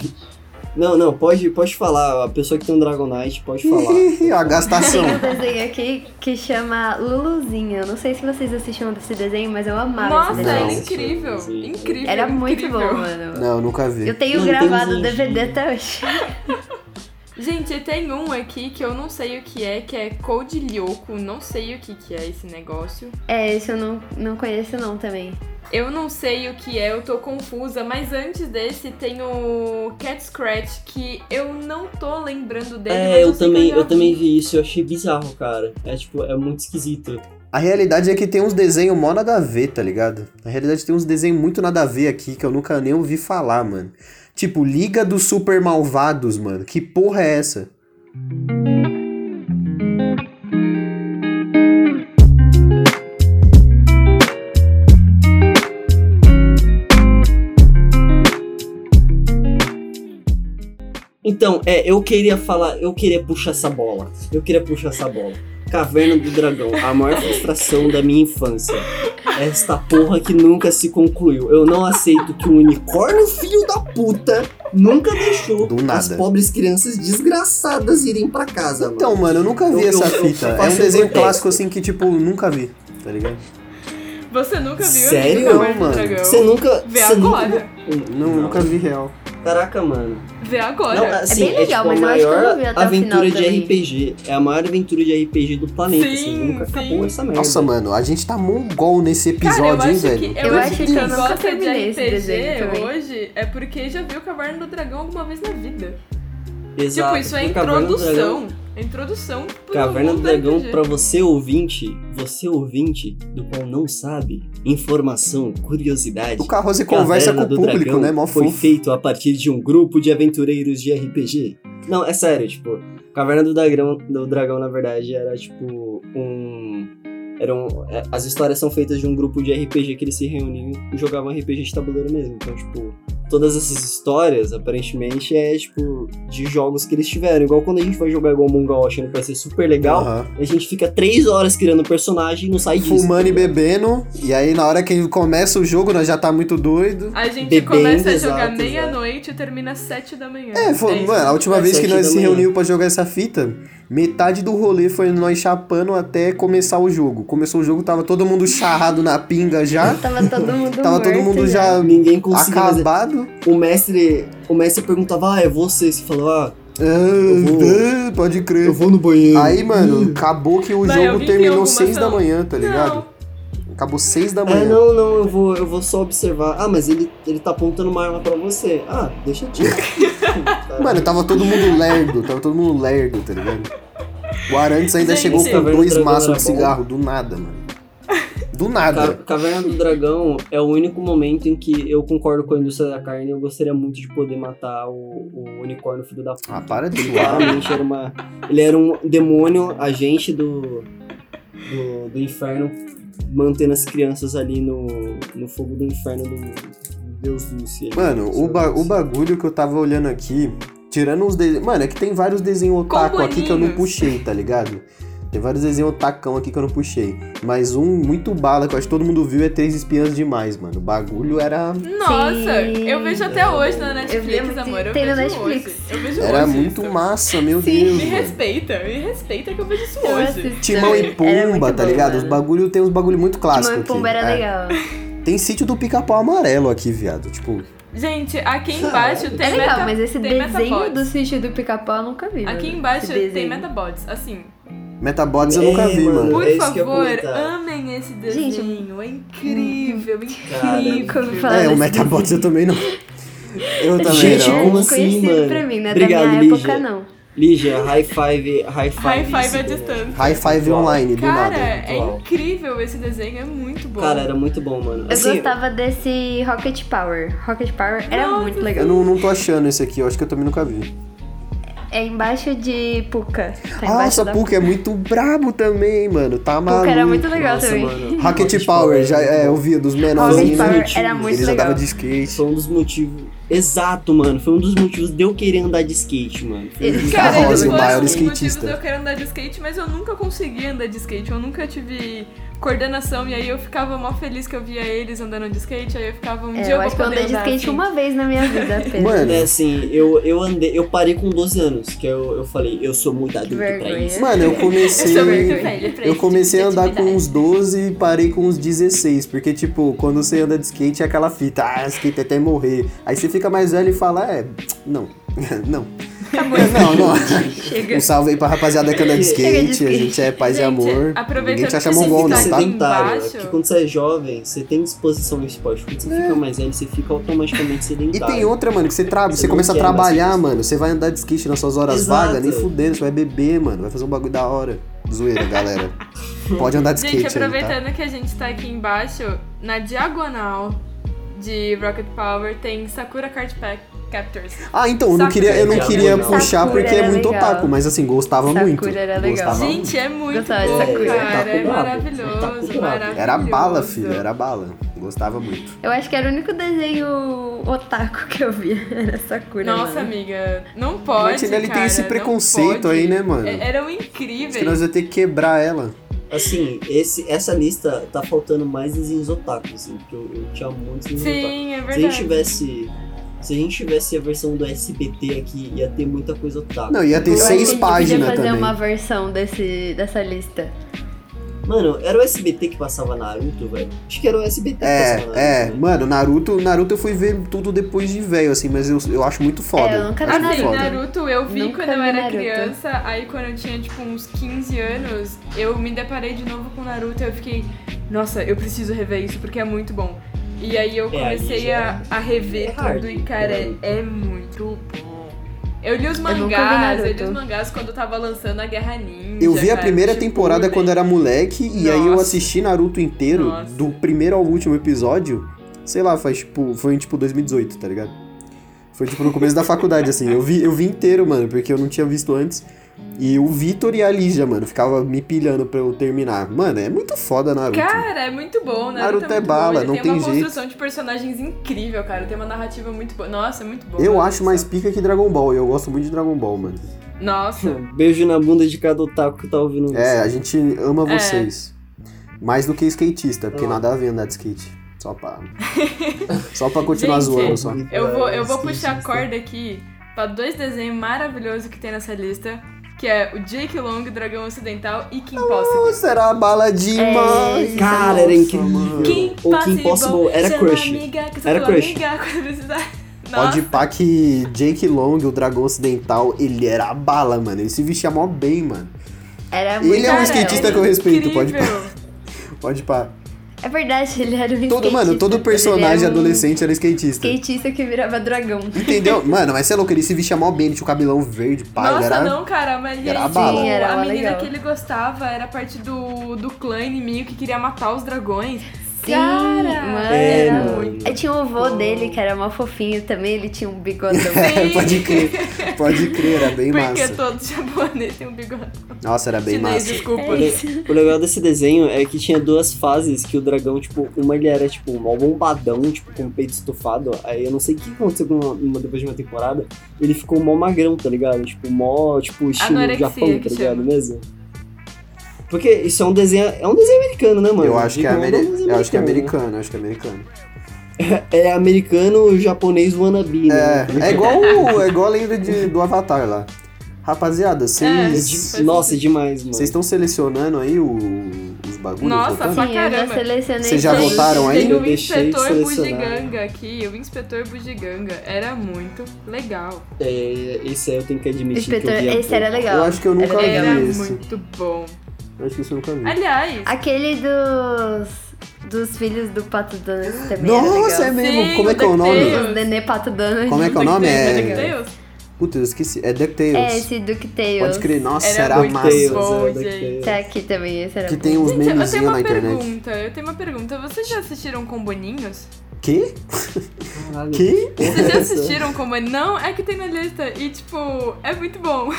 Não, não, pode, pode falar. A pessoa que tem um Dragonite pode falar.
a gastação.
Tem um desenho aqui que chama Luluzinha. Eu não sei se vocês assistiam esse desenho, mas eu amava
Nossa,
esse desenho.
era
Não.
incrível. Incrível.
Era muito
incrível.
bom, mano.
Não, nunca vi.
Eu tenho
Não, tem
gravado o
uns
DVD
anjinhos.
até hoje.
Gente, tem um aqui que eu não sei o que é, que é Code Lyoko. Não sei o que, que é esse negócio.
É, esse eu não, não conheço não também.
Eu não sei o que é, eu tô confusa, mas antes desse tem o Cat Scratch, que eu não tô lembrando dele. mas
É, eu
sei
também,
que um já
eu
vi.
também vi isso, eu achei bizarro, cara. É tipo, é muito esquisito.
A realidade é que tem uns desenhos mó nada a ver, tá ligado? Na realidade tem uns desenhos muito nada a ver aqui que eu nunca nem ouvi falar, mano. Tipo, Liga dos Super Malvados, mano. Que porra é essa?
Então, é, eu queria falar, eu queria puxar essa bola. Eu queria puxar essa bola. Caverna do Dragão, a maior frustração da minha infância. Esta porra que nunca se concluiu. Eu não aceito que um unicórnio filho da puta nunca deixou
Do nada.
as pobres crianças desgraçadas irem pra casa.
Então,
mano.
mano, eu nunca vi
Tá Eu-
essa
eu- eu
fita. É um
faço
desenho
protesto.
clássico assim que, tipo, nunca vi, tá ligado?
Você nunca viu
Sério,
o Caverna do
mano?
Dragão?
Você nunca.
Vê
você
agora.
Nunca...
Não, nunca vi real.
Caraca, mano.
Vê agora.
Não, assim,
é bem legal,
tipo,
mas eu
a
acho que eu
maior
não vi até o
aventura
final
de
também.
RPG. É a maior aventura de RPG do planeta.
Sim,
assim, nunca
sim.
acabou essa merda.
Nossa, mano, a gente tá mongol nesse episódio,
Cara, eu
hein,
acho
velho?
que
Eu acho que eu
quem
nunca
gosta de
terminei esse desenho
RPG
também.
hoje é porque já viu Caverna do Dragão alguma vez na vida.
Exato.
Tipo, isso é
porque Caverna do Dragão-
introdução. É introdução pro
Caverna do
mundo
Dragão,
RPG.
pra você ouvinte, você ouvinte do qual não sabe, informação, curiosidade.
O Carrose
Caverna
conversa com o
do
público,
Dragão
né? Mó
foi
fofo.
feito a partir de um grupo de aventureiros de RPG. Não, é sério, tipo, Caverna do Dragão, do Dragão na verdade, era tipo um. Eram, é, as histórias são feitas de um grupo de RPG que eles se reuniam e jogavam RPG de tabuleiro mesmo. Então, tipo, todas essas histórias, aparentemente, é tipo de jogos que eles tiveram. Igual quando a gente vai jogar igual Mongol achando que vai ser super legal,
Aham.
a gente fica três horas criando personagem e não sai disso. tá
Fumando e bebendo. E aí, na hora que começa o jogo, nós já tá muito doido.
A gente
Bebendo,
começa a
exato,
jogar
exato.
meia-noite e termina às sete da manhã.
É, foi,
isso.
mano, a última
Às
vez que
Tá sete
nós
da
se
manhã.
reuniu pra jogar essa fita, metade do rolê foi nós chapando até começar o jogo. Começou o jogo, tava todo mundo charrado na pinga já.
Tava todo mundo
Tava todo
morto
mundo
já.
já
Ninguém conseguia fazer.
acabado.
O mestre, o mestre perguntava, ah, é você? Você falava, ah,
Ah,
vou-
ah, pode crer.
eu vou no banheiro.
Aí, mano, acabou que o
Vai,
jogo
alguém tem
terminou
alguma
6 da
ação?
manhã, tá ligado?
Não,
Acabou 6 da
Ah,
manhã.
não, não, eu vou, eu vou só observar. Ah, mas ele, ele tá apontando uma arma pra você. Ah, deixa eu tirar.
Mano, tava todo mundo lerdo, tava todo mundo lerdo, tá ligado? O Arantes ainda
Gente,
chegou com
Caverna do
dois
Dragão
maços
era
de
bom.
cigarro, do nada, mano. Do
Ca-
nada.
Caverna do Dragão é o único momento em que eu concordo com a indústria da carne. Eu gostaria muito de poder matar o, o unicórnio filho da puta.
Ah, para de zoar,
Claramente era uma. Ele era um demônio, agente do. do, do inferno, mantendo as crianças ali no, no fogo do inferno do, Deus do céu.
Mano, o, ba- o bagulho que eu tava olhando aqui, tirando os desenhos. Mano, é que tem vários desenhos otaku aqui que eu não
bolinhos.
puxei, tá ligado? Tem vários desenhos otacão aqui que eu não puxei. Mas um muito bala, que eu acho que todo mundo viu, é Três Espiãs Demais, mano. O bagulho era.
Nossa,
Sim.
eu vejo até hoje na
vi
Netflix,
muito-
amor. Eu
tem na
vejo
Netflix.
hoje. Eu vejo
Era
hoje
muito
isso.
massa, meu
Sim.
Deus.
Me
mano.
respeita, me respeita que eu vejo isso
Eu
hoje.
assisti
Timão e
também. Era muito
Pumba, tá
bom,
ligado?
mano.
Os bagulho tem uns bagulho muito clássico.
Timão e
aqui.
Pumba era
É.
legal.
Tem sítio do pica-pau amarelo aqui, viado. Tipo,
Gente, aqui embaixo tem
É legal,
meta-
mas esse
tem
desenho
metabots.
do sítio do pica-pau eu nunca vi. mano.
Aqui embaixo
Esse
tem
desenho.
Metabots. Assim,
Metabots eu
É,
nunca vi,
mano.
mano.
por
é isso que eu ia
favor,
comentar.
amem esse
Gente, hum.
desenho. É incrível, incrível.
Cara, eu
nunca ouvi falar.
É, o
desse
Metabots eu também não. Eu também
Gente,
não.
como
é
assim,
desconhecido
mano?
pra mim, não é
Obrigado,
da minha
Lígia.
época, não.
Lígia, high five, high five.
High five à
isso, né?
distância.
High Five Online, do
Cara,
nada.
é
Uau.
incrível esse desenho, é muito bom.
Cara, era muito bom, mano.
Eu
Assim,
gostava desse Rocket Power. Rocket Power era
Nossa,
muito
Eu
legal.
não, não tô achando esse aqui, eu acho que eu também nunca vi.
É embaixo de Puka. Tá
ah,
embaixo
essa
da
Puka é muito brabo também, mano. Tá maluco.
Puka era muito legal
nossa,
também.
mano, tipo,
Rocket Power, já é, eu via dos menorzinhos.
Rocket Power
né?
era muito
Ele jogava
legal.
de skate.
Foi um dos motivos. Exato, mano. Foi um dos motivos de eu querer andar de skate, mano. Foi um
Ele-
dos-
Cara,
Carroça,
eles
assim, o maior
foram os motivos
skatista.
de eu quero andar de skate, mas eu nunca consegui andar de skate. Eu nunca tive coordenação e aí eu ficava mó feliz que eu via eles andando de skate. Aí eu ficava um
É,
dia
eu
eu
acho que
vou
eu
poder
andei de
andar
skate
assim.
uma vez na minha vida apenas.
Mano,
É assim, eu, eu andei, eu parei com 12 anos, que eu, eu falei, eu sou muito adulto pra
vergonha.
isso.
Mano, eu
Eu sou muito
comecei.
velha pra
Eu
esse
comecei a
tipo de
andar com
atividade.
uns 12 e parei com uns 16. Porque, tipo, quando você anda de skate é aquela fita, ah, skate até morrer. Aí você fica mais velho e fala, é, não, não.
Tá então.
Não, não.
Chega.
Um salve aí pra rapaziada que anda de
Chega de
skate. A
skate.
gente é paz e
Gente,
amor.
aproveitando
Ninguém te acha
que vocês
mongol, não,
ficaram
tá?
aqui
sedentário.
embaixo.
Porque quando você é jovem, você tem disposição ao esporte. Quando você fica mais velho, você fica automaticamente
É. E
sedentário.
tem outra, mano, que você, tra... você
não
começa a
quer andar
trabalhar,
skate.
mano. Você vai andar de skate nas suas horas
Exato.
vagas, nem fudendo, você vai beber, mano. Vai fazer um bagulho da hora. Zoeira, galera. Pode andar de skate
Gente,
aí, tá?
aproveitando que a gente tá aqui embaixo, na diagonal de Rocket Power tem Sakura Card Pack Captors.
Ah, então, eu não
Sakura.
queria, eu não
Sakura
queria
era
puxar
legal.
porque é muito
Sakura era
otaku, mas assim, gostava
Sakura
muito.
era legal.
Gostava muito.
Gente, é muito
Gostava de
bom,
Sakura.
Tá
cara. É
Otaku brabo.
maravilhoso,
Otaku brabo.
é maravilhoso.
Era bala, filho, era bala. Gostava muito.
Eu acho que era o único desenho otaku que eu via. Era Sakura.
Nossa,
mano.
amiga, não pode.
Mas ele tem
cara,
esse
não
preconceito
pode.
aí, né, mano?
É- Eram
Acho que nós
incríveis.
vamos ter que quebrar ela.
Assim, esse, essa lista tá faltando mais desenhos otaku, assim, porque eu, eu tinha muitos desenhos otaku.
Sim, é
Se a gente
verdade.
tivesse. Se a gente tivesse a versão do SBT aqui, ia ter muita coisa otaku. Então,
Não, ia ter
Eu acho que a
seis
gente
páginas
podia fazer
também.
uma versão desse, dessa lista.
Mano, era o SBT que passava Naruto, velho. Acho que era o SBT que passava Naruto.
É, é,
né?
mano, Naruto, Naruto eu fui ver tudo depois de velho, assim, mas eu, eu acho muito foda.
É, eu nunca vi
acho muito
Assim,
Naruto.
Ah, foda.
Naruto eu vi
Nunca
quando eu
vi
era
Naruto.
criança, aí quando eu tinha tipo uns 15 anos, eu me deparei de novo com Naruto e eu fiquei, nossa, eu preciso rever isso porque é muito bom. E aí eu
É, aí
comecei
já
a, a rever
é hard,
tudo e cara, é,
né?
é muito bom. Eu li os
nunca vi
mangás, eu, li os
Naruto.
mangás quando eu tava lançando a Guerra Ninja.
Eu vi a
cara, tipo,
primeira
Shippuden.
temporada quando era moleque e aí eu
Nossa.
assisti Naruto inteiro,
Nossa.
do primeiro ao último episódio, sei lá, faz tipo, foi em tipo 2018, tá ligado? Foi tipo no começo da faculdade, assim. Eu vi, eu vi inteiro, mano, porque eu não tinha visto antes. E o Vitor e a Lígia, mano, ficava me pilhando pra eu terminar. Mano, é muito foda Naruto.
Cara, é muito bom,
Naruto
né? Naruto
é
muito
bala,
bom, ele
não
tem
tem
uma
jeito.
construção de personagens incrível, cara. Tem uma narrativa muito boa. Nossa, é muito bom.
eu
meu
acho
Deus
mais
do céu.
pica que Dragon Ball, e eu gosto muito de Dragon Ball, mano.
Nossa.
Um Beijo na bunda de cada otaku que tá ouvindo
É,
isso.
a gente ama
É.
vocês. Mais do que skatista, porque
Ah.
nada a ver andar de skate. Só pra. só pra continuar
Gente,
zoando só.
Eu vou, eu vou puxar a corda aqui pra dois desenhos maravilhosos que tem nessa lista, que é o Jake Long, Dragão Ocidental e Kim Possible.
Será bala demais.
É,
Cara, era incrível.
Kim
O Kim Possible era
chama
crush.
Amiga, que sou
Era
tua
crush.
Amiga, quando precisar.
Pode
Nossa,
pá que Jake Long, o dragão ocidental, ele era a bala, mano. Ele se vestia mó bem, mano.
Era muito
Ele é um
cara,
skatista
era
que eu respeito, pode pá.
incrível.
Pode pá.
É verdade, ele era um
Todo, mano,
skatista.
todo
Ele
personagem
era um
adolescente era skatista.
Skatista que virava dragão.
Entendeu? Mano, mas você é louco, ele se vestia mó bem, ele tinha o cabelão verde, pá.
Nossa,
ele era...
não, cara, mas
era
ele,
a bala.
tipo,
Sim, era
a
uma
menina
legal.
que ele gostava era parte do, do clã inimigo que queria matar os dragões.
Sim,
Cara,
mano.
É,
era
mano.
muito. Aí tinha o avô dele, que era mó fofinho também, ele tinha um bigodão.
É, pode crer. Pode crer, era bem
Porque
massa.
todo japonês tem um bigode.
Nossa, era bem
Chinês,
massa.
desculpa.
É isso.
O legal desse desenho é que tinha duas fases que o dragão, tipo, uma ele era, tipo, um bombadão, tipo, com o peito estufado. Aí eu não sei o que aconteceu com uma, uma- depois de uma temporada. Ele ficou mó magrão, tá ligado? Tipo, mó, tipo, estilo
Anorexia,
Japão,
é que
tá ligado
chama.
mesmo? Porque isso é um desenho. É um desenho americano, né, mano?
Eu acho que é,
Digimon
ameri...
um desenho
eu acho que é
né?
americano, eu acho que é americano.
É americano, japonês wannabe, né?
É, é igual, o- é igual a lenda de, do Avatar lá. Rapaziada,
É,
É
vocês.
de-
faz
Nossa, é
sentido.
demais, mano.
Vocês estão selecionando aí o- os bagulhos?
Nossa,
voltando?
Pra
Sim, eu já
caramba.
selecionei.
Vocês já
todos.
votaram aí?
Tem
Eu
o
deixei de
inspetor
selecionar.
Bugiganga aqui, o inspetor Bugiganga. Era muito legal.
É, esse aí eu tenho que admitir
Inspetor,
que eu via
esse era
pouco.
legal.
Eu acho que eu nunca
Era
vi
Era
esse.
É, muito bom.
Eu acho que isso eu nunca vi.
Aliás,
Aquele dos. Dos filhos do Pato Donald também.
Nossa, é
era legal.
mesmo?
Sim,
Como é
o
que é o nome?
DuckTales.
Os Nenê Pato Donald.
Como é que é o nome? É...
DuckTales.
Puta, eu esqueci. É DuckTales.
É, esse DuckTales.
Pode crer. Nossa,
Era
era,
muito
massa.
DuckTales,
Bom,
é,
gente.
DuckTales.
Tá aqui também, esse era
Que
bom.
tem uns
Gente, eu tenho
memezinhos
uma
na internet.
pergunta. Eu tenho uma pergunta. Vocês já assistiram Comboninhos?
Que?
Caralho,
Que?
porra
Vocês
é
já
essa?
assistiram Comboninhos? Não, é que tem na lista. E, tipo, é muito bom.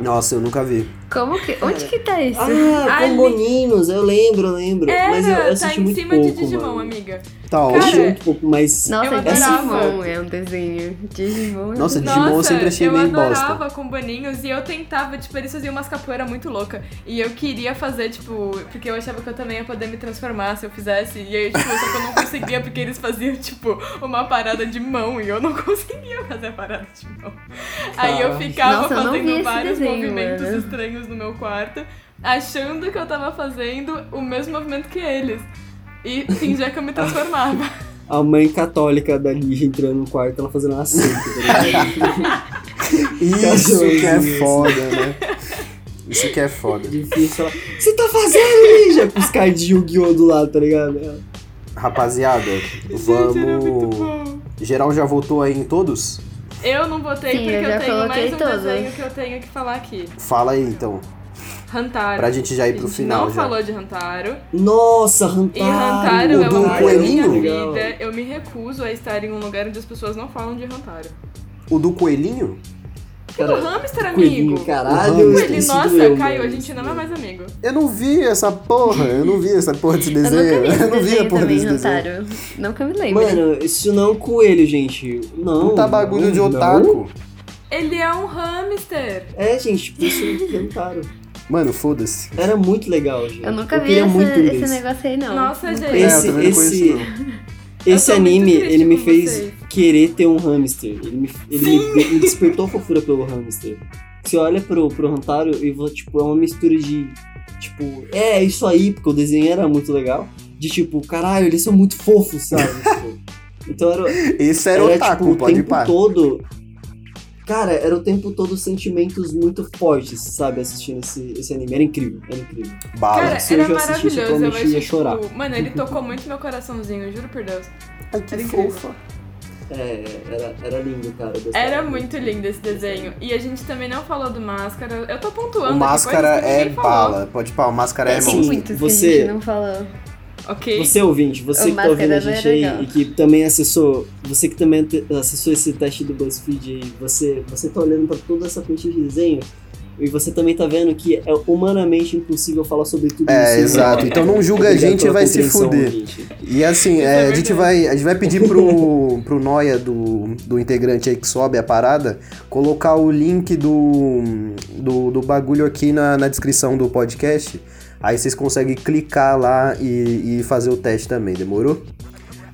Nossa, eu nunca vi.
Como que. Onde que tá isso?
Ah,
Ali.
Comboninhos, eu lembro, eu lembro. mas eu, eu
Era, tá
assisti
em
muito
cima
pouco,
de Digimon,
mano.
amiga.
Tá
Eu
Cara,
ótimo.
assisti muito pouco, mas...
Nossa,
eu adorava.
Digimon é um desenho. Digimon. é um
Nossa,
desenho.
Digimon eu sempre achei
eu
meio
adorava
bosta.
com boninhos e eu tentava, tipo, eles faziam umas capoeiras muito louca E eu queria fazer, tipo, porque eu achava que eu também ia poder me transformar se eu fizesse. E aí, tipo, só que eu não conseguia, porque eles faziam, tipo, uma parada de mão e eu não conseguia fazer a parada de mão. Aí
Ah.
eu
Caralho.
ficava
Nossa, eu não vi
fazendo
esse
vários
desenho,
movimentos
mano.
estranhos no meu quarto, achando que eu tava fazendo o mesmo movimento que eles. E fingia que eu me transformava.
A mãe católica da Lígia entrando no quarto, ela fazendo uma seita, tá ligado?
Isso que é
Isso.
foda, né? Isso que é foda.
Difícil, ela... Você tá fazendo, Lígia? Com os cards de Yu-Gi-Oh! do lado, tá ligado? Ela,
Rapaziada,
Gente, era
vamos.
muito bom.
Geral já votou aí em todos?
Eu não botei
Sim,
porque
eu já
eu tenho
coloquei
mais um
todos.
desenho que eu tenho que falar aqui.
Fala aí então.
Hantaro.
Pra gente já ir
A
pro
gente
final
não
já.
falou de Hantaro.
Nossa, Rantaro!
E Hantaro
o
é
do
uma parte da minha
coelhinho?
Legal.
vida. Eu me recuso a estar em um lugar onde as pessoas não falam de Hantaro.
O do coelhinho?
E do
Cara,
hamster, amigo.
Coelhinho, caralho!
Ramos.
Ele,
isso
nossa,
doeu,
Caio, a
mano,
gente
isso
não é
doeu.
mais amigo.
Eu não vi essa porra, eu não vi essa porra desse
Eu nunca
desenho.
vi esse
Eu não vi a
desenho
porra
também,
desse desenho.
Rotaro. Nunca me lembro.
Mano, isso não é um coelho, gente. Não.
Puta tá bagulho
não,
de
não.
otaku.
Ele é um hamster.
É, gente, por isso que eu Rantaro.
Mano, foda-se.
Era muito legal, gente.
eu nunca vi
queria
esse,
muito um
esse
desse.
negócio aí, não.
Nossa,
Nunca.
gente.
É, eu
Esse,
também não conheço,
esse,
não.
esse
Eu tô muito
anime,
triste
ele me
com
fez
vocês.
querer ter um hamster. Ele me, ele me, me despertou fofura pelo hamster. Você olha pro, pro Hantaro e vou, tipo, é uma mistura de. Tipo, é isso aí, porque o desenho era muito legal. De tipo, caralho, eles são muito fofos, sabe? Tipo, então era,
Esse era, otaku,
tipo, o
pode ir
tempo
pá.
todo. Cara, era o tempo todo sentimentos muito fortes, sabe? Assistindo esse, esse anime. Era incrível, era incrível.
Cara,
Bala.
se eu
era
já assistisse,
maravilhoso.
eu
Eu
provavelmente ia
achei,
chorar.
tipo, mano, ele tocou muito meu coraçãozinho, juro por Deus.
Ai, que
era incrível.
fofa.
É, era, era lindo, cara. eu gostava
Era
muito.
muito lindo esse desenho. E a gente também não falou do Máscara. Eu tô pontuando
O
aqui
máscara
coisas que
é
ninguém falou.
bala. Pode ir pá, o máscara é
Tem
Sim.
monstro.
muitos que
você-
a gente não falou.
Ok?
Você ouvinte, você
O
que tá ouvindo a
Máscara
gente
era
aí
legal.
e que também acessou, você que também te- acessou esse teste do BuzzFeed aí, você, você tá olhando pra toda essa quantidade de desenho e você também tá vendo que é humanamente impossível falar sobre tudo isso.
É,
né?
exato. Então não julga a
Obrigado
gente e
pela
vai se
compreensão,
fuder.
ouvinte.
E assim,
Isso
é,
é
a, gente
verdade.
vai, a gente vai pedir pro, pro Noia, do, do integrante aí que sobe a parada, colocar o link do, do, do bagulho aqui na, na descrição do podcast. Aí vocês conseguem clicar lá e, e fazer o teste também, demorou?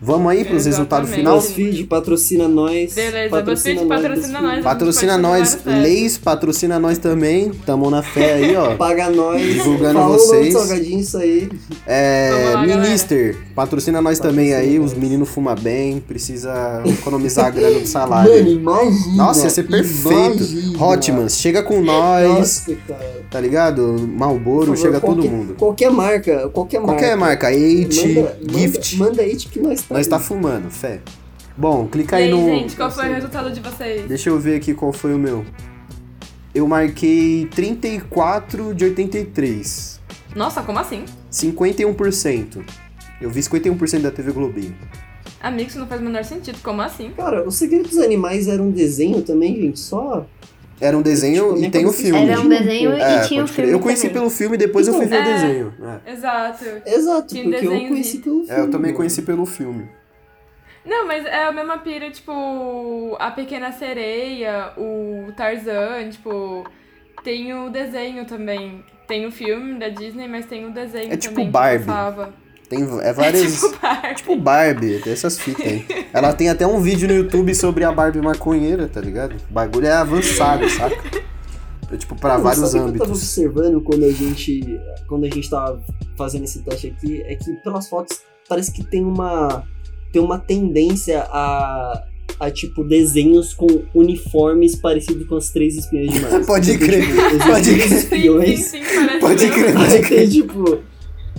Vamos aí pros resultados
Exatamente.
final?
BuzzFeed patrocina nós.
Beleza, BuzzFeed patrocina nós.
Patrocina
Pode
nós,
continuar, sério.
Leis, patrocina nós também. Tamo na fé aí, ó.
Paga nós.
Divulgando
Falou,
vocês.
salgadinho, isso aí.
É,
Vamos lá,
Minister, patrocina nós também
Patrocina
aí.
nós.
Os meninos fumam bem, precisa economizar a grana do salário.
Mano, imagina.
Nossa, ia ser perfeito.
imagina.
Hotmans, chega com nós,
Nossa, cara.
tá ligado?
Por
Malboro,
favor,
chega todo
qualquer-
mundo.
Qualquer marca, qualquer marca.
Qualquer marca, Eight,
Manda-
Gift,
Manda, manda it que nós tá.
nós tá
aí.
fumando, fé. Bom, clica aí
E aí,
no.
gente, qual foi o resultado de vocês?
Deixa eu ver aqui qual foi o meu. Eu marquei 34 de 83.
Nossa, como assim?
51%. Eu vi 51% da TV Globinho.
Amigo, isso não faz o menor sentido. Como assim?
Cara, o Segredo dos Animais era um desenho também, gente, só.
Era um desenho
Tipo,
e
nem
tem o
conheci.
filme.
Era um desenho e
É,
tinha um
pode crer.
filme
Eu conheci
também. Tipo,
pelo filme e depois eu fui ver
Então,
o
é.
desenho. É.
Exato.
Exato,
Tinha
porque eu
desenhos
conheci
e-
pelo
É, eu também
filme.
conheci pelo filme.
Não, mas é a mesma pira, tipo, a Pequena Sereia, o Tarzan, tipo, tem o desenho também. Tem o filme da Disney, mas tem o desenho
É tipo
também
Barbie.
que passava.
Tem v- é
É
várias.
tipo Barbie.
Tipo Barbie, tem essas fitas aí. Ela tem até um vídeo no YouTube sobre a Barbie maconheira, tá ligado? O bagulho é avançado, saca? É, tipo, pra
Mano,
vários
sabe o que tá Eu tava
âmbitos.
observando quando a gente quando a gente tava fazendo esse teste aqui é que pelas fotos parece que tem uma tem uma tendência a a tipo desenhos com uniformes parecidos com as três espiãs de Marte.
Pode crer,
Tipo, os
pode
incríveis
crer.
Sim,
Espiões.
sim, sim, parece
Pode
mesmo.
crer.
Aí tem tipo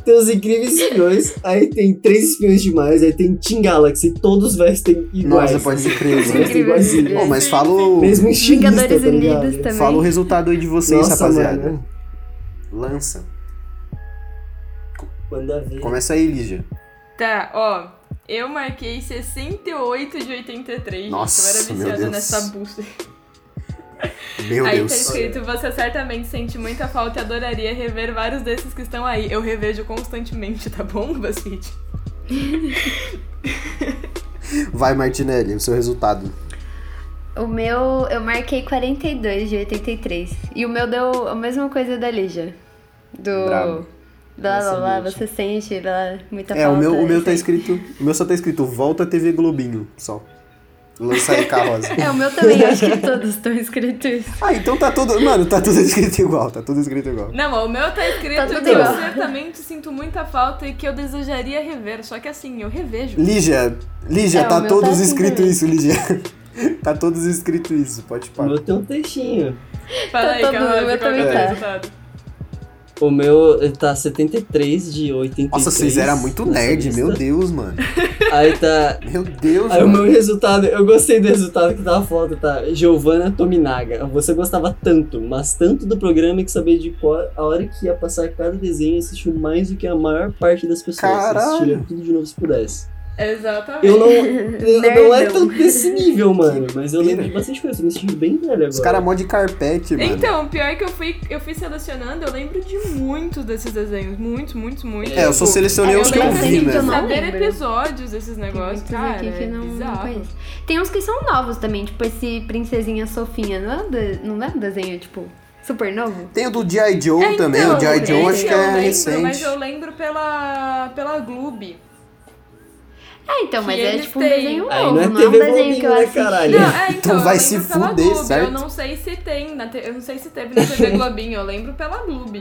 tem os incríveis espiões, aí tem três espiões demais, aí tem Team Galaxy, todos vestem iguais. né?
Nossa, pode crer,
Os
mano.
vestem iguaizinho.
Pô, mas
Sim,
fala o,
Mesmo estilista,
Vingadores
tá ligado?
Unidos também.
fala o resultado aí de vocês,
Nossa,
rapaziada.
mano.
Lança.
Manda ver.
Começa aí, Lígia.
Tá, ó. Eu marquei 68 de 83.
Nossa,
gente, eu
meu
era viciada
Deus.
nessa busta.
Meu
aí tá
Deus.
escrito: Você certamente sente muita falta e adoraria rever vários desses que estão aí. Eu revejo constantemente, tá bom, BuzzFeed?
Vai, Martinelli, o seu resultado.
O meu, eu marquei 42 de 83. E o meu deu a mesma coisa da Lígia. Do.
Bravo.
Blá blá blá,
Excelente.
você sente blá, muita
É, o meu,
falta,
o meu tá
assim.
escrito. O meu só tá escrito Volta TV Globinho, só. Lança aí carroça.
É, o meu também, acho que todos estão escritos.
Ah, então tá tudo. Mano, tá tudo escrito igual, tá tudo escrito igual.
Não, o meu tá escrito
Tá tudo
que eu
igual.
certamente sinto muita falta e que eu desejaria rever. Só que assim, eu revejo.
Lígia, Lígia,
É, o
tá
meu
todos
tá assim
escrito
também.
isso, Lígia. tá todos escrito isso, pode
O
parar.
meu tem um textinho.
Fala
Tá
aí,
todo-
Carol,
o
qual
meu
que é o
também
teu
tá.
resultado?
O meu ele tá 73 de 83.
Nossa, vocês eram muito
nessa
nerd,
lista.
meu Deus, mano.
Aí tá.
Meu Deus,
Aí o
mano.
meu resultado, eu gostei do resultado que tava foto, tá? Giovanna Tominaga. Você gostava tanto, mas tanto do programa que sabia de qual a hora que ia passar cada desenho e assistiu mais do que a maior parte das pessoas.
Caralho.
Assistiria tudo de novo se pudesse.
Exatamente.
Eu não. eu- não é
Nerdão.
tanto desse nível, mano. Mas eu
pira.
lembro de bastante coisa. Eu me senti bem velho agora.
Os caras mó de carpete, mano.
Então, pior que eu fui, eu fui selecionando, eu lembro de muitos desses desenhos. Muitos, muitos, muitos.
é, eu só selecionei
eu
os que eu
lembro
assim,
vi,
que
né?
eu não
Saber
lembro.
episódios desses negócios,
muitos
cara,
aqui que
é
não- não
bizarro.
conheço. Tem uns que são novos também, tipo esse Princesinha Sofinha. Não é, um de- não é um desenho, tipo, super novo?
Tem o do G.I. Joe
É,
também, o G.I. Joe
esse
acho que
eu
é
lembro,
recente.
Mas eu lembro pela, pela Gloob.
É, então,
Que
mas é
eles
tipo um
têm.
desenho
Aí
novo,
não é
não é um
TV
desenho que
Globinho,
eu
né,
assisti.
caralho?
Não, é, então,
Então vai
eu
se
lembro pela
fuder,
Globo.
certo?
Eu não sei se tem, na te- eu não sei se teve na TV Globinho, eu lembro pela Globo.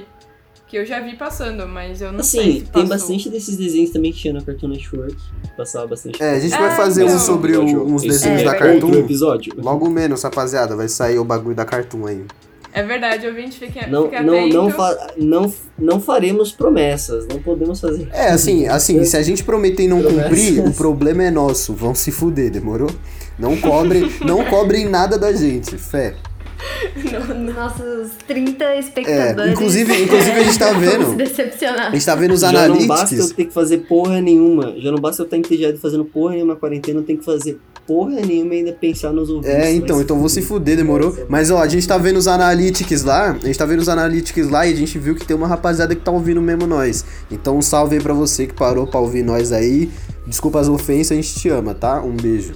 Que eu já vi passando, mas eu não sei
Assim,
se
tem
passou.
bastante desses desenhos também que tinha na Cartoon Network. que Passava bastante.
É, a gente
É,
vai fazer um
então.
sobre o- uns
Esse
desenhos
é
da
outro
Cartoon.
episódio.
Logo menos, rapaziada, vai sair o bagulho da Cartoon aí.
É verdade, ouvinte, fique,
Não,
fique
não,
atento.
não, fa- não, não faremos promessas, não podemos fazer.
É, assim, assim, se a gente prometer e não
Promessas.
cumprir, o problema é nosso. Vão se fuder, demorou? Não cobrem, não cobrem nada da gente, fé.
Nossos 30
É,
espectadores.
inclusive, inclusive a gente tá
Tá Vamos se
vendo. A
decepcionar.
gente tá vendo os
Já não basta eu
analytics.
ter que fazer porra nenhuma. Já não basta eu estar entediado fazendo porra nenhuma na quarentena, eu tenho que fazer porra nenhuma e ainda pensar nos ouvintes.
É, então,
Vai
então vou se
fuder.
fuder, demorou?
Nossa.
Mas ó, a gente tá vendo os analytics lá, a gente tá vendo os analytics lá e a gente viu que tem uma rapaziada que tá ouvindo mesmo nós. Então um salve aí pra você que parou pra ouvir nós aí. Desculpa as ofensas, a gente te ama, tá? Um beijo.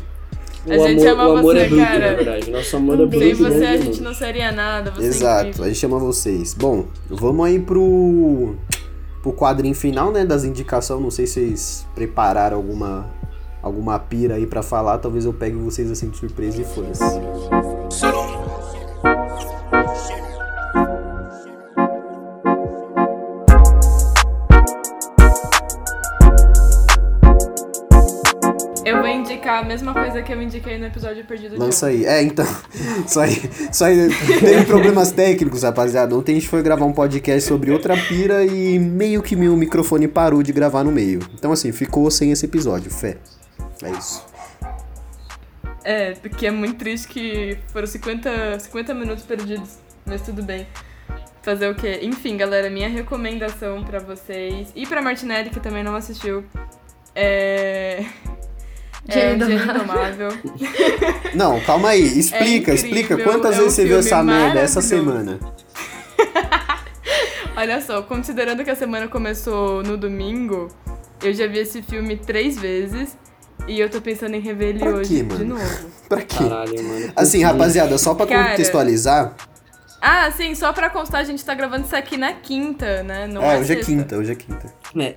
A
o
gente
amor,
ama
o amor
você,
é bruto,
cara.
na verdade. Nosso amor é
Sem
bruto.
Sem
Deus,
você
né,
a gente
mano?
não seria nada, você é
Exato,
incrível.
a gente chama vocês. Bom, vamos aí pro, pro quadrinho final, né, das indicações. Não sei se vocês prepararam alguma, alguma pira aí pra falar. Talvez eu pegue vocês assim de surpresa e foda-se.
Eu vou indicar a mesma coisa que eu indiquei no episódio Perdido
Lança
de
aí. É, então. Só aí, só aí teve problemas técnicos, rapaziada. Ontem a gente foi gravar um podcast sobre outra pira e meio que meu microfone parou de gravar no meio. Então, assim, ficou sem esse episódio, fé. É isso.
ontem. É, porque é muito triste que foram 50, 50 minutos perdidos, mas tudo bem. Fazer o quê? Enfim, galera, minha recomendação pra vocês e pra Martinelli, que também não assistiu, é. É,
Jane
Jane
Domável.
Domável.
Não, calma aí. Explica,
É incrível,
explica. Quantas
é um
vezes você viu
filme
essa merda essa
maravilhoso.
semana?
Olha só, considerando que a semana começou no domingo, eu já vi esse filme três vezes e eu tô pensando em rever ele
Pra
hoje
quê, mano?
de novo.
Pra quê?
Caralho, mano.
Assim, rapaziada, só pra
Cara.
contextualizar.
Ah, sim, só pra constar, a gente tá gravando isso aqui na quinta, né? Não
ah,
é
hoje é
sexta.
quinta, hoje é quinta.
É.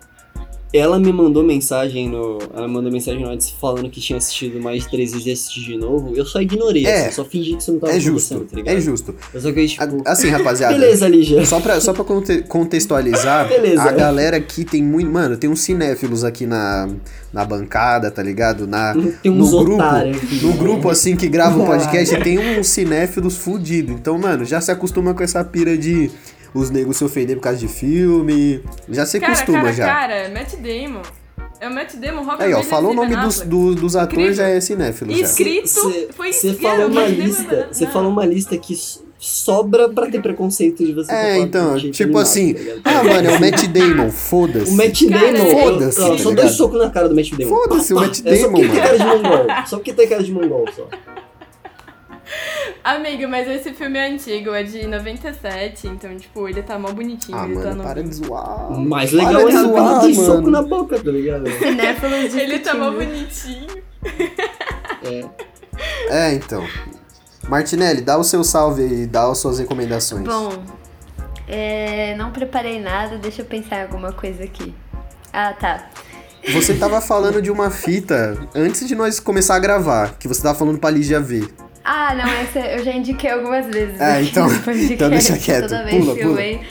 Ela me mandou mensagem no. Ela me mandou mensagem no WhatsApp falando que tinha assistido mais de três vezes e assisti de novo. Eu só ignorei,
É.
assim, só fingi que isso não tava
É
acontecendo,
justo,
tá ligado?
é justo.
Eu só fiquei tipo.
A- Assim, rapaziada.
Beleza, Lígia.
Só pra, só pra conte- contextualizar,
Beleza.
a galera aqui tem muito. Mano, tem uns cinéfilos aqui na, na bancada, tá ligado? Na,
Tem uns
no grupo.
otários aqui.
No grupo, assim, que grava o podcast, tem uns cinéfilos fudido. Então, mano, já se acostuma com essa pira de os negros se ofender por causa de filme. Já se
Cara,
acostuma
cara,
já.
cara, Matt Damon. É o Matt Damon, Robert
Aí, ó,
Williams
falou o
e
nome
Ben
dos,
Affleck.
do- dos atores,
Incrível.
já é cinéfilo já.
Escri- escrito,
Cê-
foi
cê
escrito,
falou uma
mas nem
lista,
mandou
Você
nada.
falou uma lista que so- sobra pra ter preconceito de você. ter
É,
falado
então,
que tinha
tipo
animado,
assim,
tá ligado?
ah, mano, é o Matt Damon, foda-se.
O Matt
Cara,
Damon.
é-
Foda-se, tá
ó, Só
ligado?
dois socos na cara do Matt Damon.
Foda-se o
Pá,
Matt
É só
Damon,
porque tem
mano.
cara de mongol. Só porque tem cara de mongol, só.
Amigo, mas esse filme é antigo, é de 97, então, tipo, ele tá mó bonitinho.
Ah,
ele tá
mano,
no...
para de zoar.
Mais
Para
legal é
de
que o cara
zoar,
tem
mano.
soco na boca, tá ligado?
Cinéfilo discutindo.
Ele tá mó
né?
bonitinho.
É, então. Martinelli, dá o seu salve aí, dá as suas recomendações.
Bom, é, não preparei nada, deixa eu pensar em alguma coisa aqui. Ah, tá.
Você tava falando de uma fita antes de nós começar a gravar, que você tava falando pra Lígia ver.
Ah, não, essa eu já indiquei algumas vezes.
Ah,
aqui
então-
no podcast,
então deixa quieto.
Toda vez
Pula,
que
pula.
eu venho.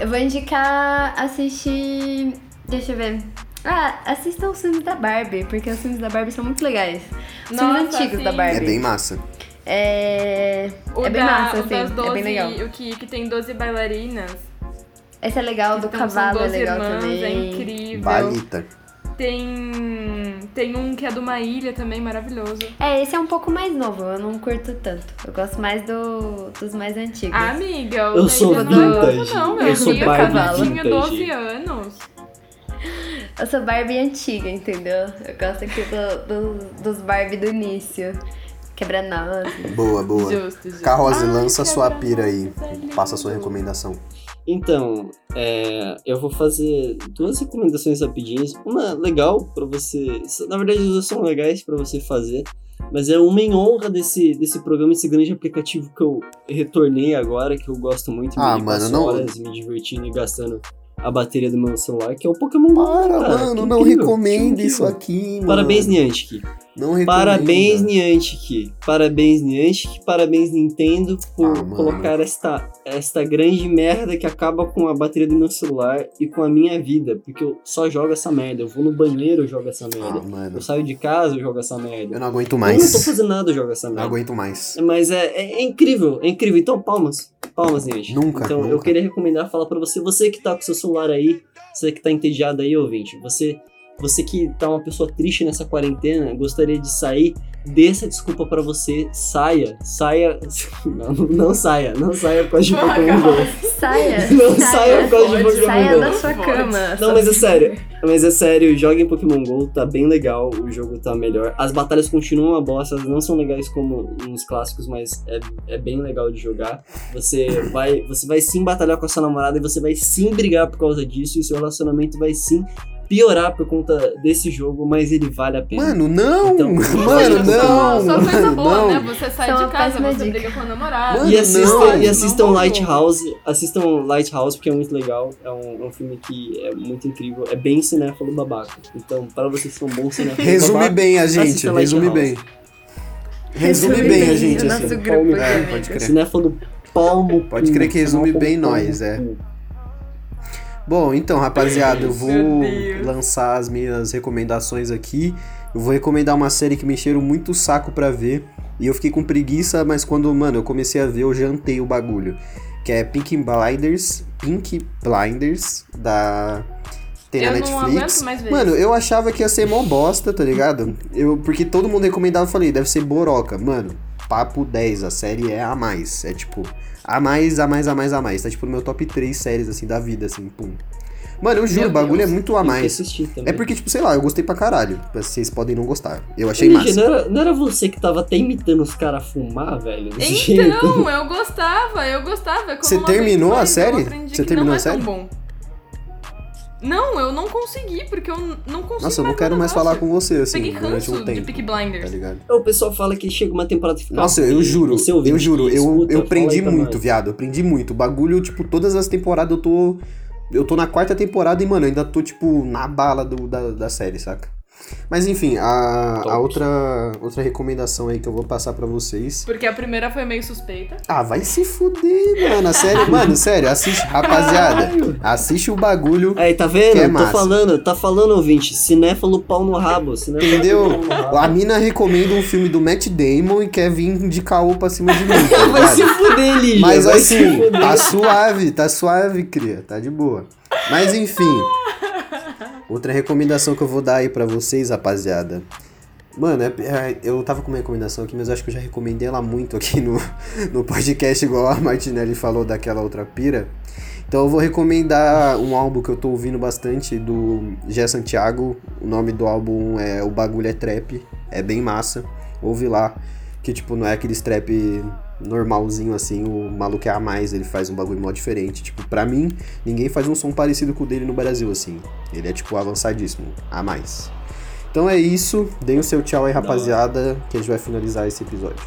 Eu vou indicar assistir. Deixa eu ver. Ah, assistam os filmes da Barbie, porque os filmes da Barbie são muito legais. Os
Nossa,
filmes antigos da
É
sim.
Barbie.
bem massa.
É.
O
é bem
da-
massa,
o
assim.
das 12,
É bem legal.
O que, que tem 12 bailarinas.
Esse é legal, do
Então,
cavalo
são
é
12
legal
irmãs,
também.
é incrível.
Balita.
Tem. Tem um que é de uma ilha também, maravilhoso.
É, esse é um pouco mais novo, eu não curto tanto. Eu gosto mais do, dos mais antigos.
Ah, amiga,
Eu
o da
sou
ilha não é novo,
vintage.
não, meu
Eu sou
filho,
Barbie
cavalo tinha
vintage.
12 anos.
Eu sou Barbie antiga, entendeu? Eu gosto aqui do, do- dos Barbie do início. Quebra nós.
Boa, boa.
Justo, justo.
Carrose,
Ai,
lança
que
sua
abraço,
pira aí.
tá lindo.
Passa sua recomendação.
Então, é, eu vou fazer duas recomendações rapidinhas. Uma legal pra você. Na verdade, as duas são legais pra você fazer. Mas é uma em honra desse, desse programa, esse grande aplicativo que eu retornei agora, que eu gosto muito. e
Ah,
me
mano,
passo
não-
horas me divertindo e gastando a bateria do meu celular, que é o Pokémon Go.
Para,
cara,
mano,
que
não
incrível,
recomenda
que
isso
incrível.
aqui, mano.
Parabéns, Niantic.
Não recomenda.
Parabéns, Niantic. Parabéns, Niantic. Parabéns, Nintendo, por
Ah, mano.
colocar esta, esta grande merda que acaba com a bateria do meu celular e com a minha vida. Porque eu só jogo essa merda. Eu vou no banheiro, eu jogo essa
Ah,
merda.
mano.
Eu saio de casa, eu jogo essa merda.
Eu não aguento
Eu não tô
mais.
fazendo nada, eu jogo essa
Não
merda.
aguento mais.
Mas é, é- é incrível, é incrível. Então, palmas. Palmas, gente.
Nunca,
Então, eu
nunca.
queria recomendar, falar pra você, você que tá com seu celular aí, você que tá entediado aí, ouvinte, você, você que tá uma pessoa triste nessa quarentena, gostaria de sair, dê essa desculpa pra você, saia, saia. Não, não saia, não saia por causa de
Porra,
Pokémon Go.
Saia!
Não saia por causa de
pode,
Pokémon
Saia
Go.
da sua
Pode.
cama.
Não, mas é sério. Mas é sério, joguem Pokémon GO, tá bem legal, o jogo tá melhor. As batalhas continuam uma bosta, elas não são legais como nos clássicos, mas é, é bem legal de jogar. Você vai, você vai sim batalhar com a sua namorada e você vai sim brigar por causa disso, e seu relacionamento vai sim piorar por conta desse jogo, mas ele vale a pena.
Mano, não!
Então-
mano, não!
Só coisa boa,
não.
né? Você sai
Só
de casa,
péssima
você
dica.
briga com a namorada.
Mano,
E assistam,
não,
e assistam
não, não.
Lighthouse, assistam Lighthouse porque é muito legal, é um, é um filme que é muito incrível, é bem cinéfalo babaca. Então, para vocês que são bons cinéfalo
Resume
babaca,
bem a gente,
Assista lá,
resume
então.
bem. Resume bem a gente,
o
assim.
nosso grupo de
É,
amigos.
pode crer.
Cinéfalo do palmo.
Pode crer que resume bem nós, é. Bom, então, rapaziada, eu vou
Deus.
lançar as minhas recomendações aqui. Eu vou recomendar uma série que me encheram muito o saco pra ver. E eu fiquei com preguiça, mas quando, mano, eu comecei a ver, eu jantei o bagulho. Que é Pink Blinders, Pink Blinders, da... Tem na
Eu não
Netflix.
aguento mais ver
Mano, eu achava que ia ser mó bosta, tá ligado? Eu, porque todo mundo recomendava, eu falei, deve ser boroca. Mano, papo 10, a série é a mais. É tipo, a mais, a mais, a mais, a mais. Tá tipo no meu top 3 séries, assim, da vida, assim, pum. Mano, eu juro, o
Meu
bagulho é
Deus.
muito a
Tem que
mais.
assistir
É
também.
porque, tipo, sei lá, eu gostei pra caralho. Vocês podem não gostar. Eu achei
Lígia,
massa.
não era, não era você que tava até imitando os caras a fumar, velho? Desse jeito?
Então, eu gostava, eu gostava. Como
Você
uma vez
terminou a
mais,
série?
Eu aprendi
Você
que
terminou
não
a
é
série?
Tão bom. Não, eu não consegui, porque eu n- não consigo
Nossa, eu não
ver o
quero mais
negócio.
falar com você, assim,
Peguei
durante
ranço
um
de
tempo.
Peaky
Tá
Blinders.
ligado?
O pessoal fala que chega uma temporada e fica.
Nossa, eu juro,
Você é ouvinte
eu juro,
que
eu,
escuta,
eu
fala aí
aprendi
pra
muito,
nós.
viado. Eu aprendi muito. O bagulho, tipo, todas as temporadas eu tô. Eu tô na quarta temporada e, mano, eu ainda tô, tipo, na bala do- da, da série, saca? Mas enfim, a,
Top.
a outra, outra recomendação aí que eu vou passar pra vocês
Porque a primeira foi meio suspeita.
Ah, vai se fuder, mano. Sério, mano, sério, assiste, rapaziada. Assiste o bagulho.
Aí, tá vendo?
Que é
Tô
massa.
falando, tá falando, ouvinte. Cinéfalo pau no rabo. Cinéfalo
Entendeu?
pau no rabo.
A mina recomenda um filme do Matt Damon e quer vir indicar o pra cima de mim. tá
Vai se
ligado?
fuder, Lígia.
Mas
vai se
assim,
fuder.
tá suave, tá suave, cria, tá de boa. Mas enfim. Outra recomendação que eu vou dar aí pra vocês, rapaziada. Mano, é- é- eu tava com uma recomendação aqui, mas eu acho que eu já recomendei ela muito aqui no, no podcast, igual a Martinelli falou daquela outra pira. Então eu vou recomendar um álbum que eu tô ouvindo bastante do Gé Santiago. O nome do álbum é O Bagulho é Trap. É bem massa. Ouve lá. Que tipo, não é aqueles trap normalzinho assim, o maluco é a mais, ele faz um bagulho mó diferente. Tipo, pra mim, ninguém faz um som parecido com o dele no Brasil, assim. Ele é tipo avançadíssimo, a mais. Então é isso. Deem o seu tchau aí, rapaziada, que a gente vai finalizar esse episódio.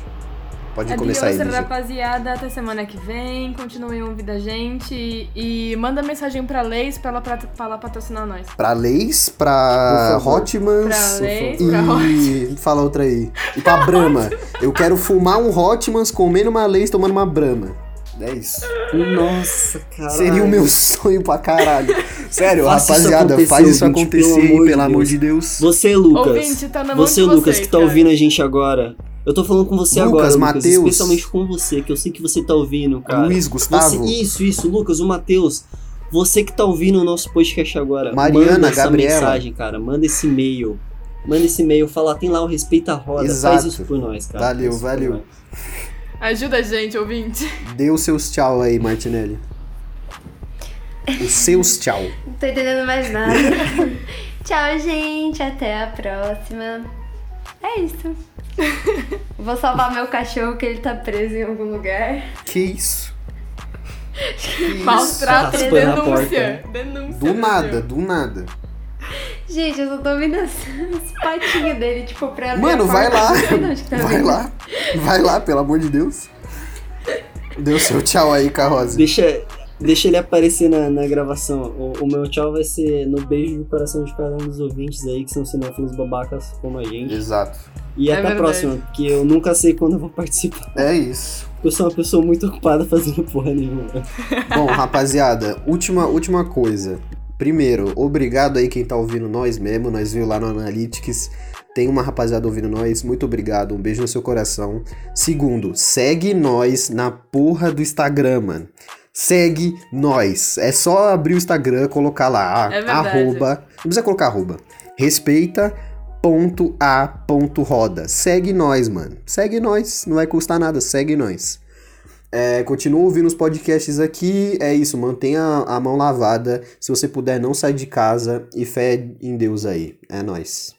É,
Pode começar aí,
Adeus,
Lígia.
rapaziada. Até semana que vem. Continuem ouvindo a gente. E manda mensagem pra Leis pra ela, pra, pra ela patrocinar nós.
Pra Leis, pra
Por favor.
Hotmans.
Pra Leis, pra
e fala outra aí. E pra Brahma. Eu quero fumar um Hotmans comendo uma Leis tomando uma Brahma. É isso.
Nossa, cara.
Seria o meu sonho pra caralho. Sério,
Faça isso
rapaziada,
acontecer,
faz isso
ouvinte,
acontecer,
pelo
pelo,
amor de
amor
Deus.
de Deus.
Você, Lucas.
Ouvinte, tá na mão
você,
de vocês,
Lucas, que tá
cara.
ouvindo a gente agora. Eu tô falando com você
Lucas,
agora, Lucas,
Mateus.
especialmente com você, que eu sei que você tá ouvindo, cara.
Luiz
Você-
Gustavo,
isso, isso, Lucas, o Matheus. Você que tá ouvindo o nosso podcast agora,
Mariana,
manda essa
Gabriela.
mensagem, cara. Manda esse e-mail. Manda esse e-mail, fala, tem lá o Respeita a Roda. Faz
Exato.
isso por nós, cara.
Valeu,
Faz isso por
valeu.
nós.
Ajuda a gente, ouvinte.
dê os seus tchau aí, Martinelli. Os seus tchau.
Não tô entendendo mais nada. Tchau, gente. Até a próxima. É isso. Vou salvar meu cachorro que ele tá preso em algum lugar.
Que isso?
Maus tratos,
raspando a
denúncia. Denúncia.
Do
Brasil.
nada, do nada.
Gente, eu só tô vendo as, as patinhas dele, tipo, pra abrir
Mano,
a
vai lá.
porta. Não sei de onde que tá
Vai
vindo.
lá. Vai lá, pelo amor de Deus. Dê o seu tchau aí, Carrosa.
Deixa, deixa ele aparecer na, na gravação. O, o meu tchau vai ser no beijo do coração de cada um dos ouvintes aí, que são cinéfilos babacas como a gente.
Exato.
E
É
até a
verdade.
próxima, porque eu nunca sei quando eu vou participar.
É isso.
Eu sou uma pessoa muito ocupada fazendo porra nenhuma.
Bom, rapaziada, última, última coisa. Primeiro, obrigado aí quem tá ouvindo nós mesmo. Nós viu lá no Analytics. Tem uma rapaziada ouvindo nós. Muito obrigado. Um beijo no seu coração. Segundo, segue nós na porra do Instagram, mano. Segue nós. É só abrir o Instagram, colocar lá.
É verdade.
arroba. Não precisa colocar arroba. Respeita. Ponto a ponto roda. Segue nós, mano. Segue nós. Não vai custar nada. Segue nós. É, continua ouvindo os podcasts aqui. É isso, mantenha a mão lavada. Se você puder, não sai de casa. E fé em Deus aí. É nóis.